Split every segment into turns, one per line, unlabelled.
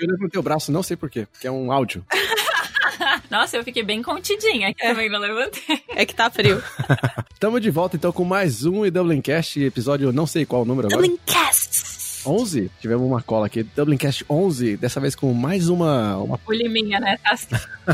Eu levantei o braço, não sei porquê, porque é um áudio.
Nossa, eu fiquei bem contidinha que também não levantei.
É que tá frio.
Tamo de volta então com mais um e Dublincast, episódio não sei qual número agora.
Dublincast!
11? Tivemos uma cola aqui, Dublincast 11, dessa vez com mais uma. uma...
O Liminha, né? Tá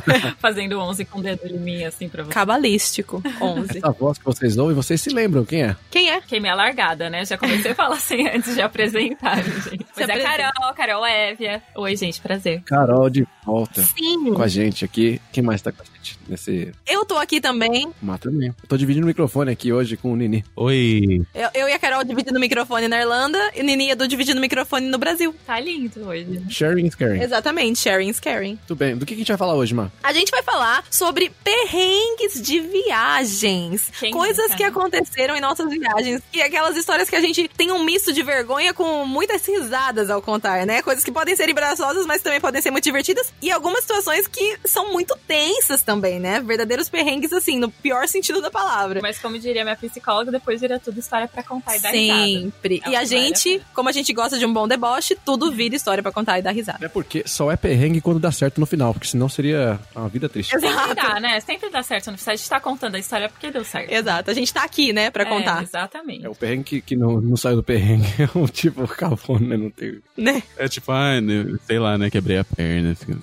fazendo 11 com o dedo Liminha, assim, pra você.
Cabalístico, 11.
Essa voz que vocês ouvem, vocês se lembram quem é?
Quem é?
Fiquei meio largada, né? Já comecei a falar assim antes de apresentar, gente. Mas é
apresenta.
Carol, Carol Évia. Oi, gente, prazer.
Carol de volta
Sim.
com a gente aqui. Quem mais tá com a gente nesse
Eu tô aqui também.
mato também? Eu tô dividindo o microfone aqui hoje com o Nini.
Oi!
Eu, eu e a Carol dividindo o microfone na Irlanda e o Nini e Edu dividindo o microfone no Brasil.
Tá lindo hoje.
Sharing is caring.
Exatamente, sharing is caring.
Muito bem. Do que que a gente vai falar hoje, Má?
A gente vai falar sobre perrengues de viagens.
Quem
coisas
nunca,
que
né?
aconteceram em nossas viagens. E aquelas histórias que a gente tem um misto de vergonha com muitas risadas ao contar, né? Coisas que podem ser embaraçosas, mas também podem ser muito divertidas. E algumas situações que são muito tensas também, né? Verdadeiros perrengues, assim, no pior sentido da palavra.
Mas como diria minha psicóloga, depois vira tudo história pra contar Tá, e dar risada.
Sempre.
É
E
uma
a gente, como a gente gosta de um bom deboche, tudo vira história pra contar e dar risada.
É porque só é perrengue quando dá certo no final, porque senão seria uma vida triste.
Sempre dá, né? Sempre dá certo. No a gente tá contando a história porque deu certo.
Exato. A gente tá aqui, né, pra
É,
contar,
exatamente.
É o perrengue que, que não, não saiu do perrengue. É um tipo cavalo, né? Não tem.
né?
É tipo, ah, né, sei lá, né? Quebrei a perna. fica-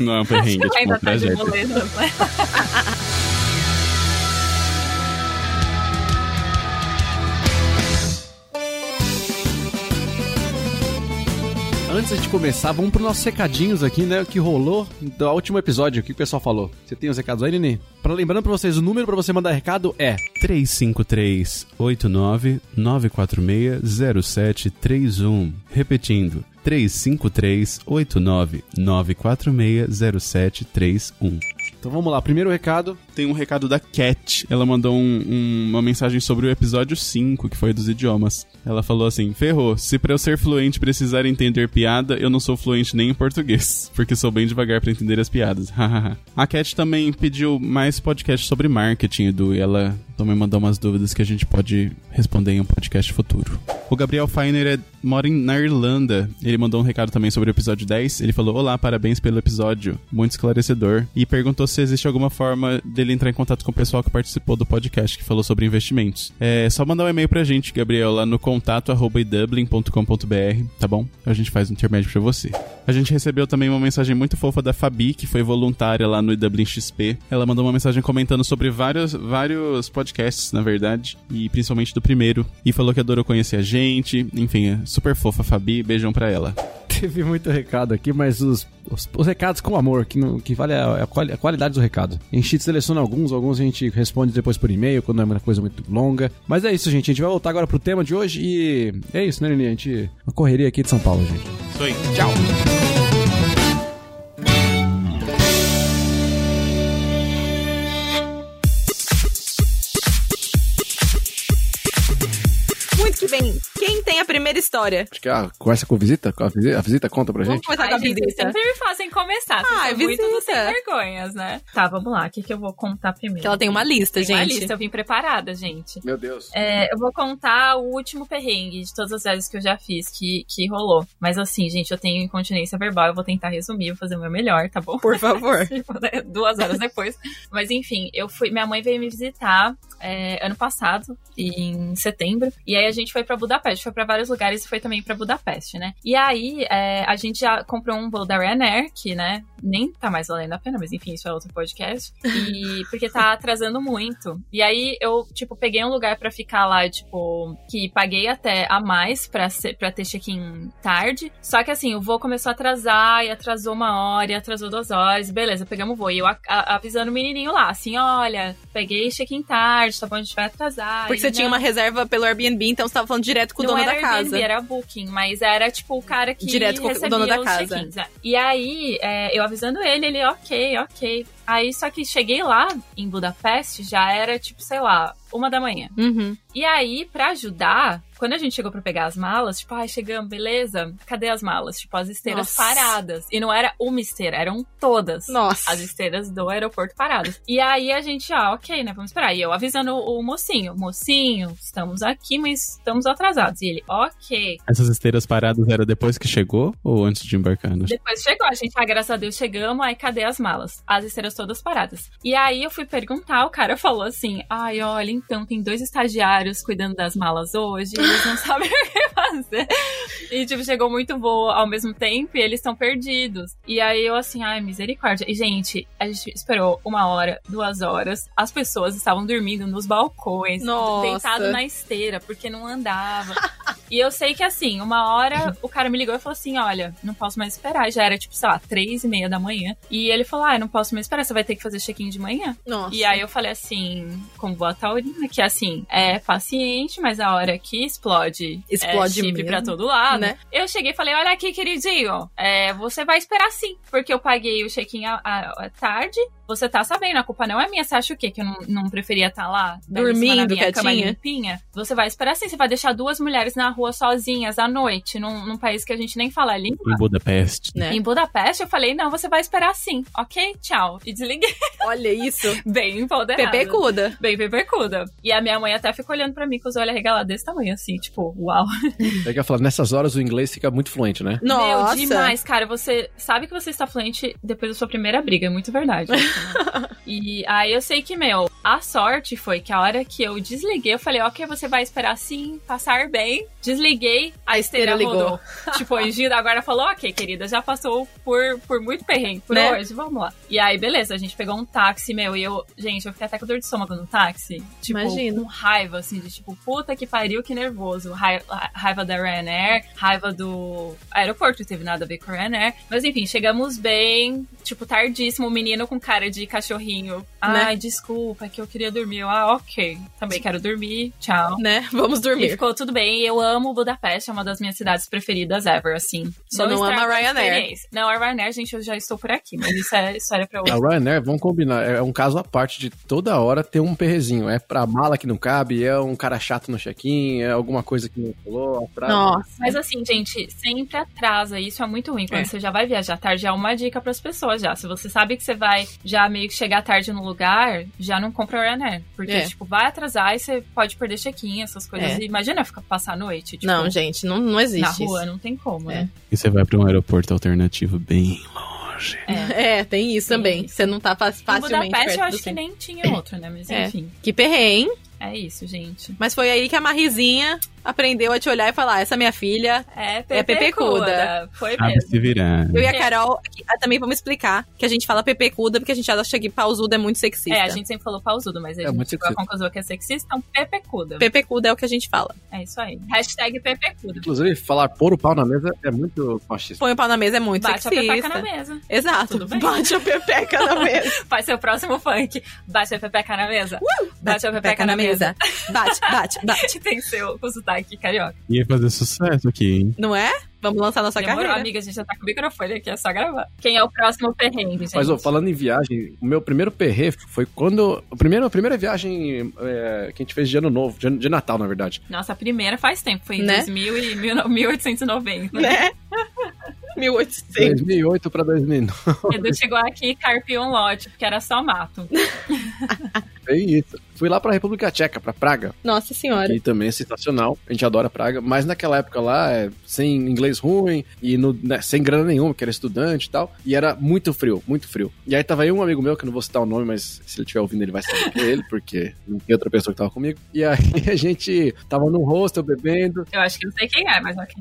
Não é um perrengue, é tipo
Ainda
uma
tá de
tragédia.
moleza, né?
Antes de começar, vamos pros nossos recadinhos aqui, né? O que rolou do último episódio, o que o pessoal falou. Você tem os recados aí, Nenê? Pra, lembrando pra vocês, o número pra você mandar recado é
353-89-946-0731. Repetindo. 353-89-946-0731.
Então vamos lá, primeiro recado.
Tem um recado da Cat. Ela mandou um- um- uma mensagem sobre o episódio 5, que foi dos idiomas. Ela falou assim: Ferrou, se pra eu ser fluente precisar entender piada, eu não sou fluente nem em português, porque sou bem devagar pra entender as piadas. Hahaha. a Cat também pediu mais podcast sobre marketing, Edu, e ela também mandou umas dúvidas que a gente pode responder em um podcast futuro. O Gabriel Feiner é- mora em- na Irlanda. Ele mandou um recado também sobre o episódio 10. Ele falou: Olá, parabéns pelo episódio. Muito esclarecedor. E perguntou se existe alguma forma dele entrar em contato com o pessoal que participou do podcast que falou sobre investimentos. É só mandar um e-mail pra gente, Gabriel, lá no contato arroba dublin.com.br, tá bom? A gente faz um intermédio pra você. A gente recebeu também uma mensagem muito fofa da Fabi, que foi voluntária lá no Dublin XP. Ela mandou uma mensagem comentando sobre vários, vários podcasts, na verdade, e principalmente do primeiro. E falou que adorou conhecer a gente. Enfim, é super fofa a Fabi. Beijão pra ela.
Teve muito recado aqui, mas os, os, os recados com amor, que, não, que vale a, a quali- a qualidade do recado. A gente seleciona alguns, alguns a gente responde depois por e-mail, quando é uma coisa muito longa. Mas é isso, gente. A gente vai voltar agora pro tema de hoje e. É isso, né, Nenê? A gente. Uma correria aqui de São Paulo, gente.
Isso aí.
Tchau.
Muito que bem. Quem tem a primeira história?
Acho que a conversa com a visita, com a visita, a visita conta pra
Vamos
gente.
começar
Ai,
com a
gente, vocês
visita.
sempre me fazem começar. Vocês
Ai,
são muito dos
visita.
sem vergonhas, né? Tá, vamos lá. O que, que eu vou contar primeiro?
Que ela tem uma lista,
Tem uma
gente.
lista, eu vim preparada, gente.
Meu Deus.
É, eu vou contar o último perrengue de todas as viagens que eu já fiz, que, que rolou. Mas assim, gente, eu tenho incontinência verbal, eu vou tentar resumir, vou fazer o meu melhor, tá bom?
Por favor.
Duas horas depois. Mas enfim, eu fui. Minha mãe veio me visitar é, ano passado, em setembro. E aí a gente foi pra Budapeste, foi pra vários lugares e foi também pra Budapeste, né? E aí é, a gente já comprou um voo da Ryanair, que, né, nem tá mais valendo a pena, mas enfim, isso é outro podcast. E porque tá atrasando muito. E aí eu, tipo, peguei um lugar pra ficar lá, tipo, que paguei até a mais pra, ser, pra ter check-in tarde. Só que assim, o voo começou a atrasar, e atrasou uma hora, e atrasou duas horas. Beleza, pegamos o voo. E eu a- a- avisando o menininho lá, assim, olha, peguei check-in tarde, tá bom, a gente vai atrasar.
Porque você
Ele,
tinha
"Não,
uma reserva pelo Airbnb, então você tava falando direto com o
não
dono
era
da
Airbnb,
casa.
era Booking, mas era tipo o cara que
Direto com o
recebia
dono da
os
casa.
check-ins, é. E aí, é, eu avisando ele, ele, ok, ok. Aí só que cheguei lá em Budapeste, já era tipo, sei lá, uma da manhã.
Uhum.
E aí, pra ajudar, Quando a gente chegou pra pegar as malas, tipo, ai, chegamos, beleza? Cadê as malas? Tipo, as esteiras
Nossa.
paradas. E não era uma esteira, eram todas.
Nossa.
As esteiras do aeroporto paradas. E aí a gente, ah, ok, né? Vamos esperar. E eu avisando o, o mocinho: Mocinho, estamos aqui, mas estamos atrasados. E ele, ok.
Essas esteiras paradas era depois que chegou ou antes de embarcar? né?
Depois chegou, a gente, ah, graças a Deus chegamos, aí cadê as malas? As esteiras todas paradas. E aí eu fui perguntar, o cara falou assim: ai, olha, então tem dois estagiários cuidando das malas hoje, eles não sabem o que fazer. E, tipo, chegou muito voo ao mesmo tempo e eles estão perdidos. E aí eu, assim, ai, misericórdia. E, gente, a gente esperou uma hora, duas horas, as pessoas estavam dormindo nos balcões,
Nossa.
deitado na esteira, porque não andava. E eu sei que assim, uma hora o cara me ligou e falou assim: olha, não posso mais esperar. Já era tipo, sei lá, três e meia da manhã. E ele falou: ah, eu não posso mais esperar, você vai ter que fazer check-in de manhã.
Nossa.
E aí eu falei assim, com boa taurina, que assim, é paciente, mas a hora que explode,
Explode
é, chip
mesmo,
pra todo lado,
né?
Eu cheguei e falei, olha aqui, queridinho, é, você vai esperar sim, porque eu paguei o check-in à- à- à tarde, você tá sabendo, a culpa não é minha, você acha o quê? Que eu não, não preferia estar lá? belíssima
Dormindo,
na minha cama
quietinha?
limpinha? Você vai esperar sim, você vai deixar duas mulheres na rua sozinhas à noite, num, num país que a gente nem fala a língua.
Em Budapeste.
Né?
Em Budapeste, eu falei, não, você vai esperar sim, ok? Tchau. E desliguei.
Olha isso.
Bem empoderada.
Pepe Cuda.
Bem pepercuda. E a minha mãe até ficou olhando pra mim com os olhos arregalados desse tamanho, assim, tipo, uau.
É que eu falo, nessas horas o inglês fica muito fluente, né?
Nossa.
Meu, demais, cara. Você sabe que você está fluente depois da sua primeira briga, é muito verdade. e aí eu sei que, meu, a sorte foi que a hora que eu desliguei, eu falei, ok, você vai esperar sim, passar bem. Desliguei, a esteira
esteira ligou.
rodou. tipo, o anjinho da guarda falou, ok, querida, já passou por, por muito perrengue por
Né?
hoje, vamos lá. E aí, beleza, a gente pegou um táxi, meu, e eu, gente, eu fiquei até com dor de estômago no táxi. Tipo,
Imagino.
com raiva, assim, de tipo, puta que pariu, que nervoso. Rai- Raiva da Ryanair, raiva do aeroporto, não teve nada a ver com a Ryanair. Mas enfim, chegamos bem, tipo, tardíssimo, o menino com cara de
Né?
cachorrinho. Ai, desculpa, é que eu queria dormir. Eu, Ah, ok, também quero dormir, tchau.
Né? Vamos
E
dormir.
ficou tudo bem, e eu amo Budapeste, é uma das minhas cidades preferidas ever, assim.
Só não
estraga
ama a Ryanair.
experiência. Não, a Ryanair, gente, eu já estou por aqui, mas isso é história pra
A
outra.
Ryanair, vamos combinar, é um caso à parte de toda hora ter um perrezinho. É pra mala que não cabe, é um cara chato no check-in, é alguma coisa que não falou, atrás.
Nossa.
Mas assim, gente, sempre atrasa. e Isso é muito ruim. Quando você já vai viajar tarde, é uma dica pras pessoas já. Se você sabe que você vai já meio que chegar tarde no lugar, já não compra o Ryanair. Porque,
É.
tipo, vai atrasar e você pode perder check-in, essas coisas.
É.
E Imagina ficar passar a noite, tipo,
Não, gente, não, não existe.
na rua,
isso.
não tem como,
É.
né?
E você vai pra um aeroporto alternativo bem.
É.
É, tem isso
Tem
também.
isso.
Você não tá fa-
Em
facilmente
Budapeste, eu
perto do
acho que
centro.
nem tinha outro, né? Mas
É.
enfim,
Que perrei, hein?
é isso, gente.
Mas foi aí que a Marrizinha aprendeu a te olhar e falar: essa minha filha.
É
É
pepecuda. Foi
Sabe
mesmo.
se virar.
Eu e a
É.
Carol aqui, ah, também vamos explicar que a gente fala pepecuda porque a gente acha que pausuda é muito sexista.
É, a gente sempre falou pausudo, mas a
É,
gente
muito
chegou à
sexista.
conclusão que é sexista, então pepecuda.
Pepecuda é o que a gente fala.
É isso aí. Hashtag pepecuda.
Inclusive, falar pôr o pau na mesa é muito machista.
Põe o pau na mesa é muito
Bate a
sexista.
pepeca na mesa.
Exato.
Tudo bem.
Bate a pepeca na mesa.
Vai ser o próximo funk. Bate a pepeca na mesa. Uh! Bate a pepeca na mesa.
Bate, bate, bate.
Tem que ser o com sotaque carioca.
Ia fazer sucesso aqui, hein?
Não é? Vamos lançar nossa
Demorou,
carreira.
amiga, a gente já tá com o microfone aqui, é só gravar. Quem é o próximo perrengue, gente?
Mas, ó, falando em viagem, o meu primeiro perre foi quando. A primeira, a primeira viagem é, que a gente fez de ano novo, de, ano- de Natal, na verdade.
Nossa, a primeira faz tempo, foi em
Né?
2000 e mil- 1890.
Né? 1800.
2008 pra 2009.
Edu chegou aqui e carpiu um lote, porque era só mato.
É isso. Fui lá pra República Tcheca, pra Praga,
Nossa senhora.
que também é sensacional. A gente adora Praga, mas naquela época lá, é, sem inglês ruim e no- né, sem grana nenhuma, que era estudante e tal. E era muito frio, muito frio. E aí tava aí um amigo meu, que eu não vou citar o nome, mas se ele estiver ouvindo, ele vai saber que é ele, porque não tem outra pessoa que tava comigo. E aí a gente tava num hostel bebendo.
Eu acho que não sei quem é, mas ok.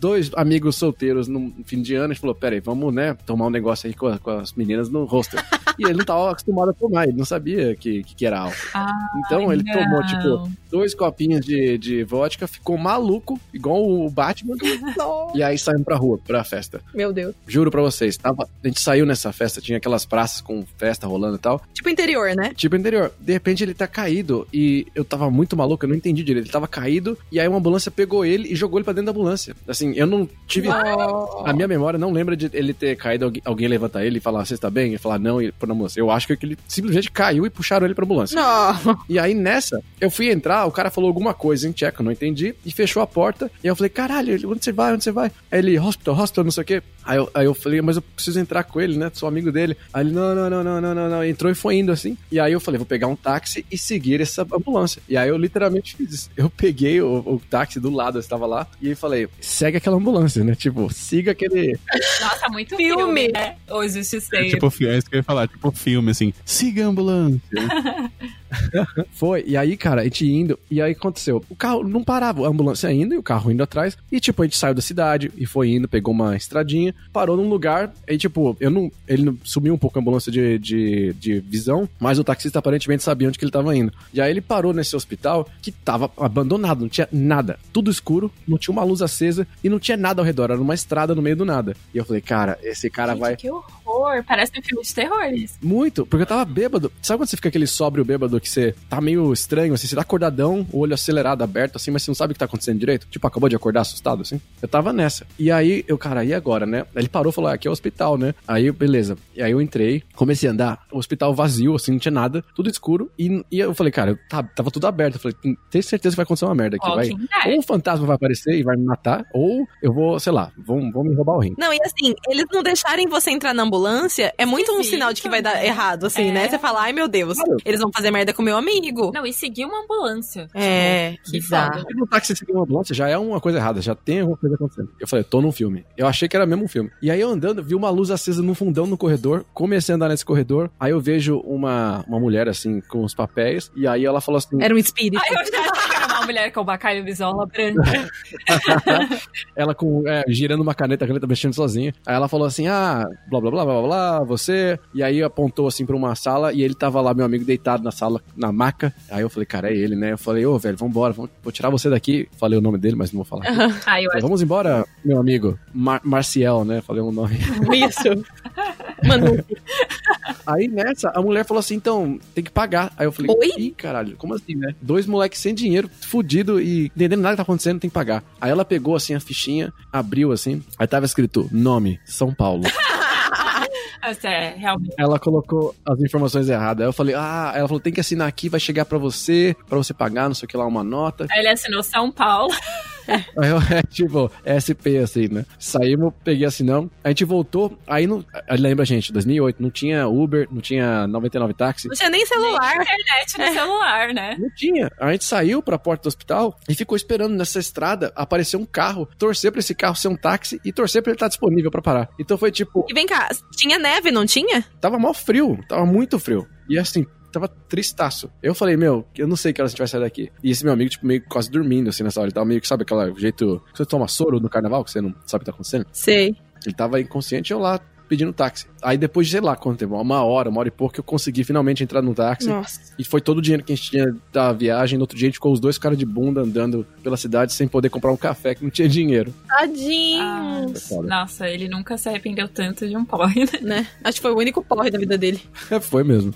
dois amigos solteiros no fim de ano, a gente falou, peraí, vamos, né, tomar um negócio aí com, a- com as meninas no hostel. e ele não tava acostumado a tomar, ele não sabia que, que, que era álcool.
Ah,
então ele
Não.
tomou, tipo, dois copinhos de, de vodka, ficou maluco, igual o Batman, e aí saímos pra rua, pra festa.
Meu Deus.
Juro pra vocês, tava, a gente saiu nessa festa, tinha aquelas praças com festa rolando e tal.
Tipo interior, né?
Tipo, interior, de repente ele tá caído, e eu tava muito maluco, eu não entendi direito, ele tava caído, e aí uma ambulância pegou ele e jogou ele pra dentro da ambulância. Assim, eu não tive...
Oh.
A minha memória não lembra de ele ter caído, alguém, alguém levantar ele e falar, você está tá bem? Ele falar, não, e na ambulância. Eu acho que ele simplesmente caiu e puxaram ele pra ambulância.
Não.
E aí nessa, eu fui entrar, o cara falou alguma coisa em tcheco, eu não entendi, e fechou a porta. E eu falei, caralho, ele, onde você vai? Onde você vai? Aí ele, hospital, hospital, não sei o quê. Aí eu, aí eu falei, mas eu preciso entrar com ele, né? Sou amigo dele. Aí ele, não, não, não, não, não, não, não. Entrou e foi indo assim. E aí eu falei, vou pegar um táxi e seguir essa ambulância. E aí eu literalmente fiz isso. Eu peguei o, o táxi do lado, eu estava lá, e falei, segue aquela ambulância, né? Tipo, siga aquele.
Nossa, muito
Filme.
filme, né? O
É
Justiceiro.
tipo, fi- é isso que eu ia falar, tipo filme, assim. Siga a ambulância.
Foi. E aí, cara, a gente indo, e aí aconteceu. O carro não parava, a ambulância indo e o carro indo atrás. E, tipo, a gente saiu da cidade e foi indo, pegou uma estradinha, parou num lugar. E, tipo, eu não. Ele não- sumiu um pouco a ambulância de, de, de visão, mas o taxista aparentemente sabia onde que ele tava indo. E aí ele parou nesse hospital que tava abandonado, não tinha nada. Tudo escuro, não tinha uma luz acesa e não tinha nada ao redor. Era uma estrada no meio do nada. E eu falei, cara, esse cara
Gente,
vai.
que horror. Parece um filme de terror isso.
Muito, porque eu tava bêbado. Sabe quando você fica aquele sóbrio bêbado que você tá meio estranho, assim, você tá acordadão, o olho acelerado, aberto, assim, mas você não sabe o que tá acontecendo direito? Tipo, acabou de acordar assustado, assim? Eu tava nessa. E aí, eu, cara, e agora, né? Ele parou e falou, ah, aqui é o hospital, né? Aí, beleza. E aí eu entrei, comecei a andar, o hospital vazio, assim, não tinha nada, tudo escuro. E, e eu falei, cara, tá- tava tudo aberto. Eu falei, "Tem- tenho certeza que vai acontecer uma merda aqui, vai.
Walking Dead.
Ou o fantasma vai aparecer e vai me matar, ou eu vou, sei lá, vão, vão me roubar o rim.
Não, e assim, eles não deixarem você entrar na ambulância é muito um
Esquisito,
sinal de que vai dar
né?
errado, assim,
É.
né? Você fala, ai meu Deus,
Claro.
eles vão fazer merda com meu amigo.
Não, e seguir uma ambulância.
É,
Tipo, que
bizarro.
foda.
Se não tá que você seguir uma ambulância, já é uma coisa errada, já tem alguma coisa acontecendo. Eu falei, tô num filme. Eu achei que era mesmo um filme. E aí eu andando, vi uma luz acesa no fundão no corredor, comecei a andar nesse corredor, aí eu vejo uma, uma mulher assim, com os papéis, e aí ela falou assim.
Era um espírito.
Ai, eu já achei que era uma mulher com bacalho bisola branca.
ela com, é, girando uma caneta, a caneta mexendo sozinha. Aí ela falou assim: ah, blá blá blá blá blá, blá, você. E aí apontou assim pra uma sala e ele tava lá, meu amigo, deitado na sala, na maca. Aí eu falei, cara, é ele, né? Eu falei, ô, velho, vambora, vamos- vou tirar você daqui. Falei o nome dele, mas não vou falar.
Ai, eu
Falei,
acho
Vamos embora, meu amigo. Mar- Marciel, né? Falei o nome.
Isso. Mano,
Aí nessa, a mulher falou assim: então, tem que pagar. Aí eu falei:
Oi?
ih, caralho, como assim, né? Dois moleques sem dinheiro, fudido e entendendo nada que tá acontecendo, tem que pagar. Aí ela pegou assim a fichinha, abriu assim, aí tava escrito: nome, São Paulo.
que é realmente.
ela colocou as informações erradas. Aí eu falei: ah, ela falou: tem que assinar aqui, vai chegar pra você, pra você pagar, não sei o que lá, uma nota.
Aí Ele assinou São Paulo. né?
Aí eu, é, tipo, SP, assim, né? Saímos, peguei assim, não. A gente voltou, aí não. aí Lembra, gente, 2008, não tinha Uber, não tinha 99 táxi.
não tinha nem celular.
Internet no celular, né?
Não tinha. A gente saiu pra porta do hospital e ficou esperando nessa estrada aparecer um carro, torcer pra esse carro ser um táxi e torcer pra ele estar disponível pra parar. Então foi tipo,
E vem cá, tinha neve, não tinha?
tava mal frio, tava muito frio. E assim, tava tristaço. Eu falei, meu, eu não sei que hora a gente vai sair daqui. E esse meu amigo, tipo, meio que quase dormindo assim nessa hora. Ele tava meio que, sabe, aquela jeito que você toma soro no carnaval, que você não sabe o que tá acontecendo.
Sei.
Ele tava inconsciente, eu lá pedindo táxi. Aí depois de sei lá quanto tempo, uma hora, uma hora e pouco, eu consegui finalmente entrar no táxi.
Nossa.
E foi todo o dinheiro que a gente tinha da viagem. No outro dia a gente ficou os dois caras de bunda andando pela cidade sem poder comprar um café, que não tinha dinheiro.
Tadinho.
Ah,
Foi É foda.
nossa, ele nunca se arrependeu tanto de um porre. né?
Né? Acho que foi o único porre da vida dele.
É, foi mesmo.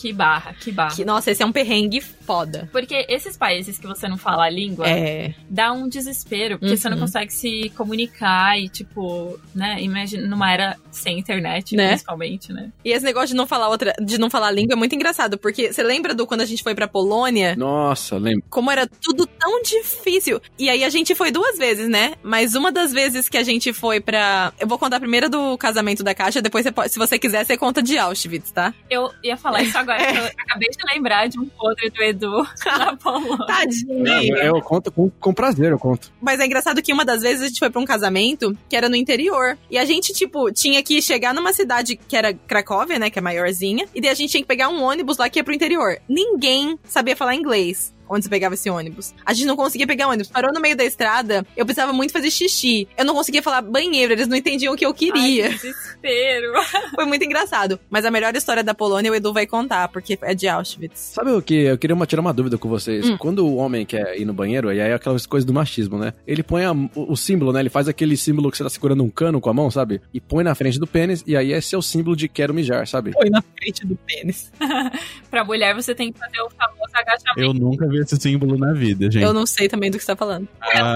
Que barra, que barra.
Que, nossa, esse é um perrengue foda.
Porque esses países que você não fala a língua,
É.
dá um desespero, porque você não
Uhum.
consegue se comunicar e, tipo, né? Imagina numa era sem internet,
Né?
principalmente, né?
E esse negócio de não falar outra, de não falar a língua é muito engraçado, porque você lembra do quando a gente foi pra Polônia?
Nossa, lembro.
Como era tudo tão difícil. E aí a gente foi duas vezes, né? Mas uma das vezes que a gente foi pra. Eu vou contar primeiro do casamento da Caixa, depois você pode- se você quiser, você conta de Auschwitz, tá?
Eu ia falar isso agora, que eu acabei de lembrar de um podre do Edu na Polônia.
Tadinho.
eu conto com, com prazer, eu conto.
Mas é engraçado que uma das vezes a gente foi pra um casamento que era no interior. E a gente, tipo, tinha que chegar numa cidade que era Cracóvia, né? Que é maiorzinha. E daí a gente tinha que pegar um ônibus lá que ia pro interior. Ninguém sabia falar inglês. Onde você pegava esse ônibus? A gente não conseguia pegar ônibus. Parou no meio da estrada, eu precisava muito fazer xixi. Eu não conseguia falar banheiro, eles não entendiam o que eu queria.
Ai, que desespero.
Foi muito engraçado. Mas a melhor história da Polônia o Edu vai contar, porque é de Auschwitz.
Sabe o que? Eu queria uma, tirar uma dúvida com vocês.
Hum.
Quando o homem quer ir no banheiro, e aí é aquelas coisas do machismo, né? Ele põe a- o, o símbolo, né? Ele faz aquele símbolo que você tá segurando um cano com a mão, sabe? E põe na frente do pênis, e aí esse é o símbolo de quero mijar, sabe?
Foi na frente do pênis.
Pra mulher, você tem que fazer o famoso agachamento.
Eu nunca vi vi esse símbolo na vida, gente.
Eu não sei também do que você tá falando.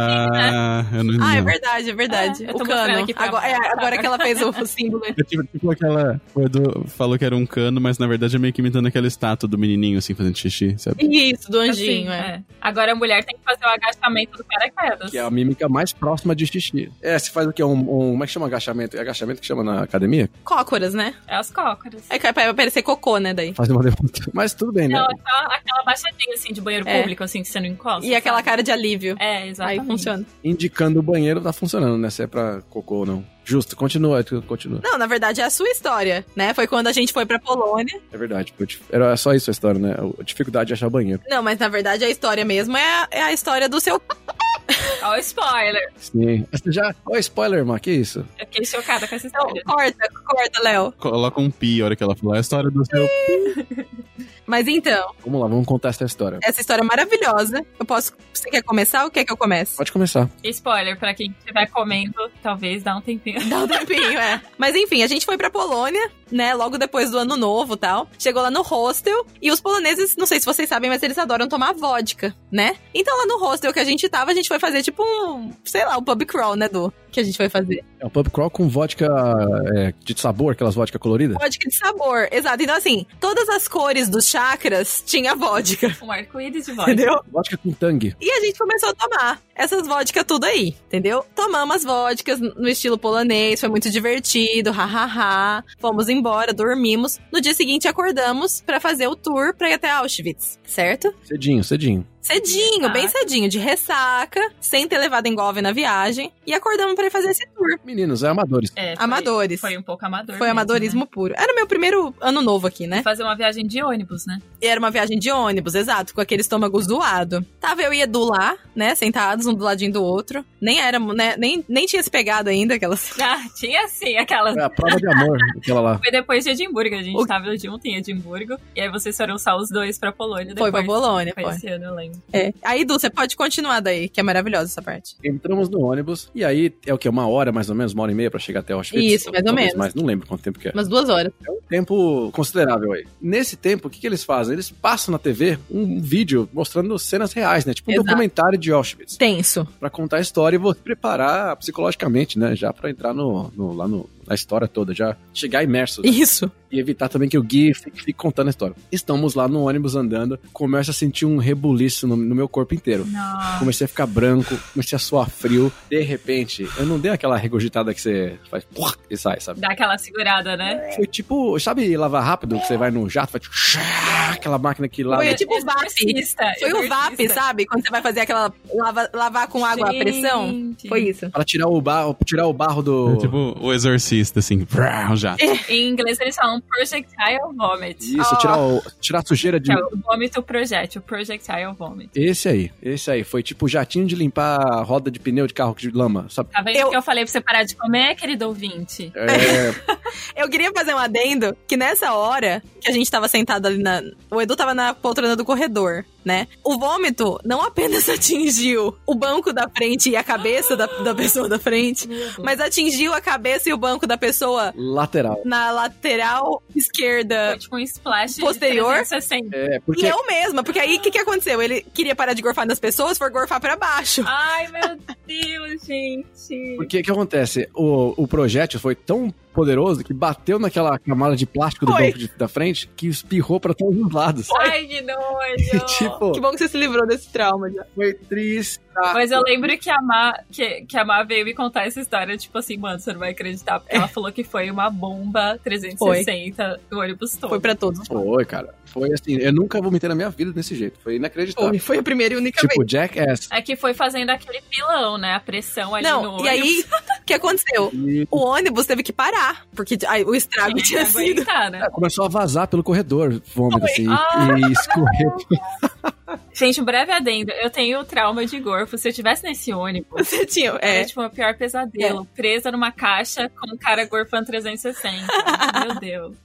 Ah, eu não,
Ah, é
não.
verdade, é verdade.
É, eu
o
tô
cano.
mostrando aqui pra-
Agora, é, agora que ela fez o símbolo.
É tipo, tipo aquela. O Edu falou que era um cano, mas na verdade é meio que imitando aquela estátua do menininho, assim, fazendo xixi, sabe?
Isso, do
Assim,
anjinho, é.
é. Agora a mulher tem que fazer o agachamento do paraquedas.
Que é a mímica mais próxima de xixi. É, você faz o quê? Um, um- como é que chama agachamento? É Agachamento que chama na academia?
Cócoras, né?
É as cócoras.
É que vai aparecer cocô, né, daí.
Fazer uma levanta. Mas tudo bem, né?
Não, aquela, é aquela baixadinha assim de banheiro
É.
público, assim, que você não encosta.
E aquela
sabe?
cara de alívio.
É,
Aí
exatamente.
funciona.
Indicando o banheiro tá funcionando, né? Se é pra cocô ou não. Justo, continua, é continua.
Não, na verdade é a sua história, né? Foi quando a gente foi pra Polônia.
É verdade. pô, dif- Era só isso a história, né? A dificuldade de achar banheiro.
Não, mas na verdade a história mesmo é a, é a história do seu.
Ó, o spoiler.
Sim. Você já. Ó, spoiler, mano. Que isso?
Eu fiquei chocada com essa
Não,
história.
corta, corta, Léo.
Coloca um pi a hora que ela falou. É a história do seu.
Mas então,
Vamos lá, vamos contar essa história.
essa história é maravilhosa. Eu posso. Você quer começar ou quer que eu comece?
Pode começar.
Spoiler, pra quem estiver comendo, talvez dá um tempinho.
Dá um tempinho, é. Mas enfim, a gente foi pra Polônia, né? Logo depois do ano novo e tal. Chegou lá no hostel. E os poloneses, não sei se vocês sabem, mas eles adoram tomar vodka, né? Então lá no hostel que a gente tava, a gente foi fazer tipo um. Sei lá, um pub crawl, né, Du? Que a gente foi fazer.
É o pub crawl com vodka é, de sabor, aquelas vodka coloridas.
Vodka de sabor, exato. Então assim, todas as cores dos chakras tinha vodka,
Um arco-íris de voz.
entendeu?
Vodka com tangue.
E a gente começou a tomar essas vodkas tudo aí, entendeu? Tomamos as vodkas no estilo polonês, foi muito divertido, hahaha. Fomos embora, dormimos. No dia seguinte acordamos pra fazer o tour pra ir até Auschwitz, certo?
Cedinho, cedinho.
Cedinho, bem
Ressaca.
cedinho, de ressaca, sem ter levado engolve na viagem. E acordamos pra ir fazer esse tour.
Meninos, é amadores.
É, foi-
Amadores.
Foi um né? pouco amador.
Foi
mesmo,
amadorismo puro. Era o meu primeiro ano novo aqui, né?
né? Fazer uma viagem de ônibus, né?
E era uma viagem de ônibus, exato, com aquele estômago zoado. Tava eu e Edu lá, né, sentados um do ladinho do outro. Nem era, né, nem, nem tinha se pegado ainda aquelas...
Ah, tinha sim aquelas.
É a prova de amor, aquela lá.
Foi depois de Edimburgo, a gente
O-
tava junto em Edimburgo. E aí vocês foram só os dois pra Polônia depois.
Foi pra Bolônia,
Foi
foi.
esse ano, eu lembro.
É. Aí, Edu, você pode continuar daí, que é maravilhosa essa parte.
Entramos no ônibus, e aí é o que? Uma hora, mais ou menos? Uma hora e meia pra chegar até Auschwitz?
Isso, mais ou
é Talvez
menos.
Mais, não lembro quanto tempo que é.
Umas duas horas.
É um tempo considerável aí. Nesse tempo, o que, que eles fazem? Eles passam na TV um vídeo mostrando cenas reais, né? Tipo um
Exato.
documentário de Auschwitz.
Tenso.
Pra contar a história e vou preparar psicologicamente, né? Já pra entrar no, no- lá no, na história toda, já chegar imerso. né?
Isso.
E evitar também que o Gui fique, fique contando a história. Estamos lá no ônibus andando, começo a sentir um rebuliço no, no meu corpo inteiro.
Nossa.
Comecei a ficar branco, comecei a suar frio. De repente, eu não dei aquela regurgitada que você faz "Puah", e sai, sabe?
Dá aquela segurada, né?
Foi tipo, sabe lavar rápido? Que você vai no jato, faz tchá, aquela máquina que lava.
Foi tipo o VAP.
Exorcista,
Foi o VAP,
exorcista.
sabe? Quando você vai fazer aquela... lava- lavar com água à pressão.
Gente.
Foi isso.
Pra tirar o barro, tirar o barro do.
É tipo o exorcista, assim. vrau, Já.
Em inglês eles falam projectile vomit.
Isso,
Ah.
tirar, o, tirar a sujeira
Que
de.
é o vômito projétil, projectile vomit.
Esse aí, esse aí. Foi tipo jatinho de limpar a roda de pneu de carro de lama, sabe?
Tá vendo
Eu-
que eu falei pra você parar de comer, querido ouvinte?
É,
Eu queria fazer um adendo que nessa hora que a gente tava sentado ali na. O Edu tava na poltrona do corredor, né? O vômito não apenas atingiu o banco da frente e a cabeça da, da pessoa da frente, mas atingiu a cabeça e o banco da pessoa
lateral.
na lateral esquerda.
Foi tipo um splash
Posterior?
de 360.
É,
E
porque.
eu mesma, porque aí o que, que aconteceu? Ele queria parar de gorfar nas pessoas, foi gorfar pra baixo.
Ai, meu Deus, gente.
Porque o que acontece? O, o projétil foi tão poderoso que bateu naquela camada de plástico do
Foi.
banco de- da frente que espirrou pra todos os lados.
Ai, que
E,
nojo.
tipo,
Que bom que você se livrou desse trauma já.
foi triste.
Mas eu lembro que a, Má, que, que a Má veio me contar essa história, tipo assim, mano, você não vai acreditar, porque
É.
ela falou que foi uma bomba 360 do ônibus todo.
Foi pra todos.
Foi, cara. Foi assim, eu nunca vomitei na minha vida desse jeito. Foi inacreditável.
Foi, foi a primeira e única vez.
Tipo, Jackass.
É que foi fazendo aquele pilão, né? A pressão ali no
Não,
ônibus.
e aí, o que aconteceu?
E
o ônibus teve que parar, porque ai, o estrago tinha sido.
Aguentar, né?
é, começou a vazar pelo corredor, vômito, assim,
Ah,
e escorreu.
Gente, um breve adendo. Eu tenho trauma de gorfo. Se eu tivesse nesse ônibus,
Você tinha.
era
É.
tipo meu pior pesadelo. Presa numa caixa com um cara gorfando 360. Meu Deus.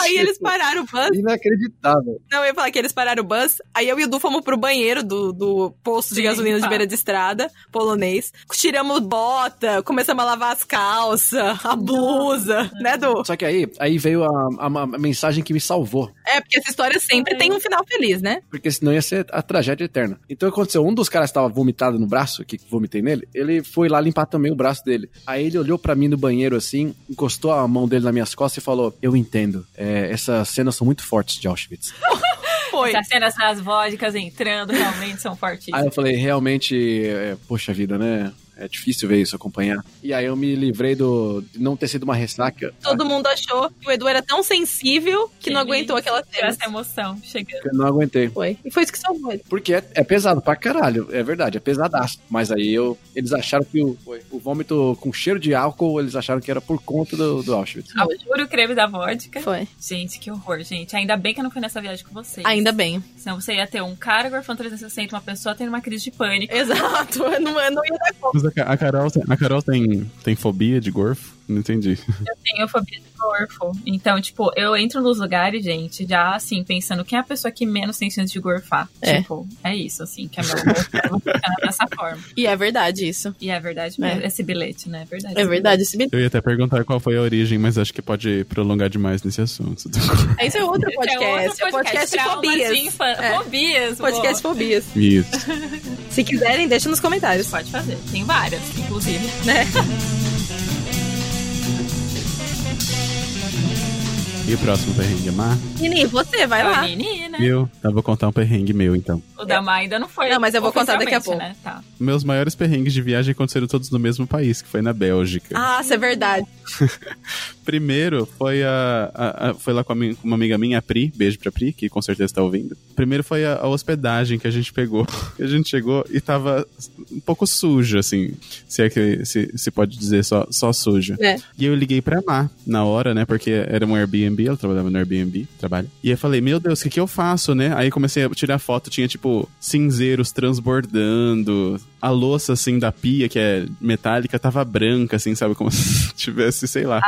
Aí eles pararam o bus.
Inacreditável.
Não, eu ia falar que eles pararam o bus. Aí eu e o Du fomos pro banheiro do, do posto de
Sim,
gasolina de
tá.
beira de estrada, polonês. Tiramos bota, começamos a lavar as calças, a blusa, né, Du?
Só que aí, aí veio a, a- a mensagem que me salvou.
É, porque essa história sempre tem um final feliz, né?
Porque senão ia ser a tragédia eterna. Então aconteceu, um dos caras estava vomitado no braço, que vomitei nele, ele foi lá limpar também o braço dele. Aí ele olhou pra mim no banheiro assim, encostou a mão dele nas minhas costas e falou: Eu entendo, é, essas cenas são muito fortes de Auschwitz.
Foi.
As cenas das vodkas entrando realmente são fortíssimas.
Aí eu falei, realmente, é, poxa vida, né? É difícil ver isso, acompanhar. E aí eu me livrei do, de não ter sido uma ressaca.
Todo mundo achou que o Edu era tão sensível que não
Ele
aguentou aquela
sentiu
cena.
Essa emoção chegando.
que Eu não aguentei.
Foi. E foi isso que salvou ele.
Porque é, é pesado pra caralho, é verdade, é pesadaço. Mas aí eu, eles acharam que o, o vômito com cheiro de álcool, eles achacharam que era por conta do, do Auschwitz.
Ah, juro o creme da vodka.
Foi.
Gente, que horror, gente. Ainda bem que eu não fui nessa viagem com vocês.
Ainda bem.
Senão você ia ter um cara gorfando 360, uma pessoa tendo uma crise de pânico.
Exato. Eu não, eu não ia dar conta.
Mas a, Ca- a Carol, tem- a Carol tem, tem fobia de gorfo? Não entendi.
Tenho fobia de gorfo. Então, tipo, eu entro nos lugares, gente, já assim, pensando quem é a pessoa que menos tem chance de gorfar.
É.
Tipo, é isso, assim, que é meu gorfo. eu vou ficar dessa forma.
E é verdade isso.
E é verdade mesmo. Esse bilhete, né? É verdade.
É verdade. Esse
Eu ia até perguntar qual foi a origem, mas acho que pode prolongar demais nesse assunto.
Esse é outro
Esse é
podcast. É
outro
o podcast
traumas
Fobias.
de infan-
É.
Fobias.
Podcast Fobias.
Isso.
Se quiserem, deixa nos comentários.
boa. Pode fazer. Tem várias, inclusive. né?
E o próximo perrengue, Mar?
Nini, você, vai
É a
lá.
menina.
Eu? Tá, vou contar um perrengue meu, então.
O da Mar ainda não foi.
É. Não, mas eu vou contar daqui a pouco.
oficialmente, Né? Tá.
Meus maiores perrengues de viagem aconteceram todos no mesmo país, que foi na Bélgica.
Ah, isso é verdade.
Primeiro foi a, a- a- foi lá com, a minha- com uma amiga minha, a Pri, beijo pra Pri, que com certeza tá ouvindo. Primeiro foi a, a hospedagem que a gente pegou. A gente chegou e tava um pouco suja, assim, se é que se, se pode dizer só, só suja.
É.
E eu liguei pra Má na hora, né? Porque era um Airbnb, ela trabalhava no Airbnb, trabalha. E eu falei, meu Deus, o que, que eu faço, né? Aí comecei a tirar foto, tinha tipo cinzeiros transbordando, a louça assim da pia, que é metálica, tava branca, assim, sabe? Como se tivesse, sei lá,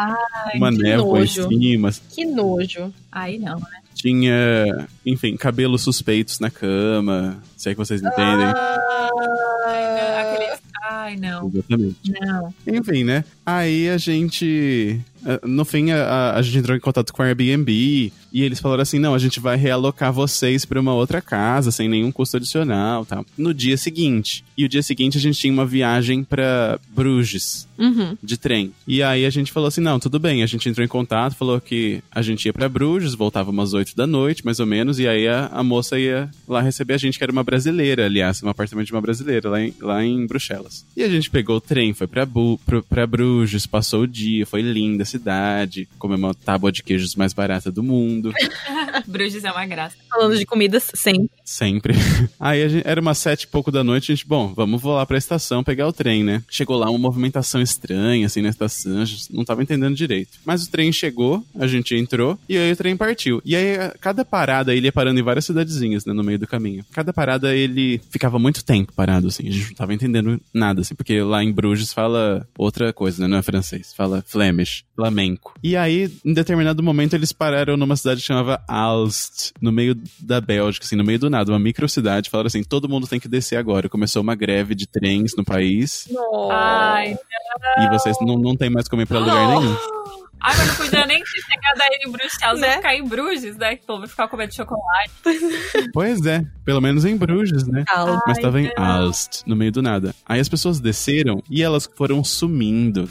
uma
que
névoa
nojo.
em cima.
Que nojo.
Aí não.
Tinha, enfim, cabelos suspeitos na cama, se é que vocês entendem.
É.
Aquele- Ai, não.
Exatamente.
Não.
Enfim, né? Aí a gente. eh, No fim, a, a- a gente entrou em contato com o Airbnb e eles falaram assim: não, a gente vai realocar vocês pra uma outra casa sem nenhum custo adicional tal. No dia seguinte. E o dia seguinte a gente tinha uma viagem pra Bruges
Uhum.
de trem. E aí a gente falou assim: não, tudo bem. A gente entrou em contato, falou que a gente ia pra Bruges, voltava umas 8 da noite, mais ou menos, e aí a, a moça ia lá receber a gente, que era uma brasileira, aliás, um apartamento de uma brasileira lá em, lá em Bruxelas. E a gente pegou o trem, foi pra, Bu, pro- pra Bruges, passou o dia, foi linda a cidade, comeu uma tábua de queijos mais barata do mundo.
Bruges é uma graça.
Falando de comidas, sim.
Sempre. Aí a gente- era umas sete e pouco da noite, a gente, bom, vamos lá pra estação pegar o trem, né? Chegou lá uma movimentação estranha, assim, na estação, a gente não tava entendendo direito. Mas o trem chegou, a gente entrou, e aí o trem partiu. E aí, a- cada parada, ele ia parando em várias cidadezinhas, né, no meio do caminho. Cada parada, ele ficava muito tempo parado, assim, a gente não tava entendendo nada, assim, porque lá em Bruges fala outra coisa, né, não é francês, fala Flemish, flamenco. E aí, em determinado momento, eles pararam numa cidade que chamava Aalst, no meio da Bélgica, assim, no meio do nada, uma microcidade, falaram assim, todo mundo tem que descer agora. Começou uma greve de trens no país,
Oh.
Ai,
e vocês não, não tem mais como ir pra lugar nenhum.
Ai, mas não podia nem ter chegado aí em Bruxelas,
Né?
né? ficar em Bruges, né? Que o povo ia ficar com medo de chocolate.
Pois é, pelo menos em Bruges, né?
Calma.
Mas tava em
não.
Aalst, no meio do nada. Aí as pessoas desceram e elas foram sumindo.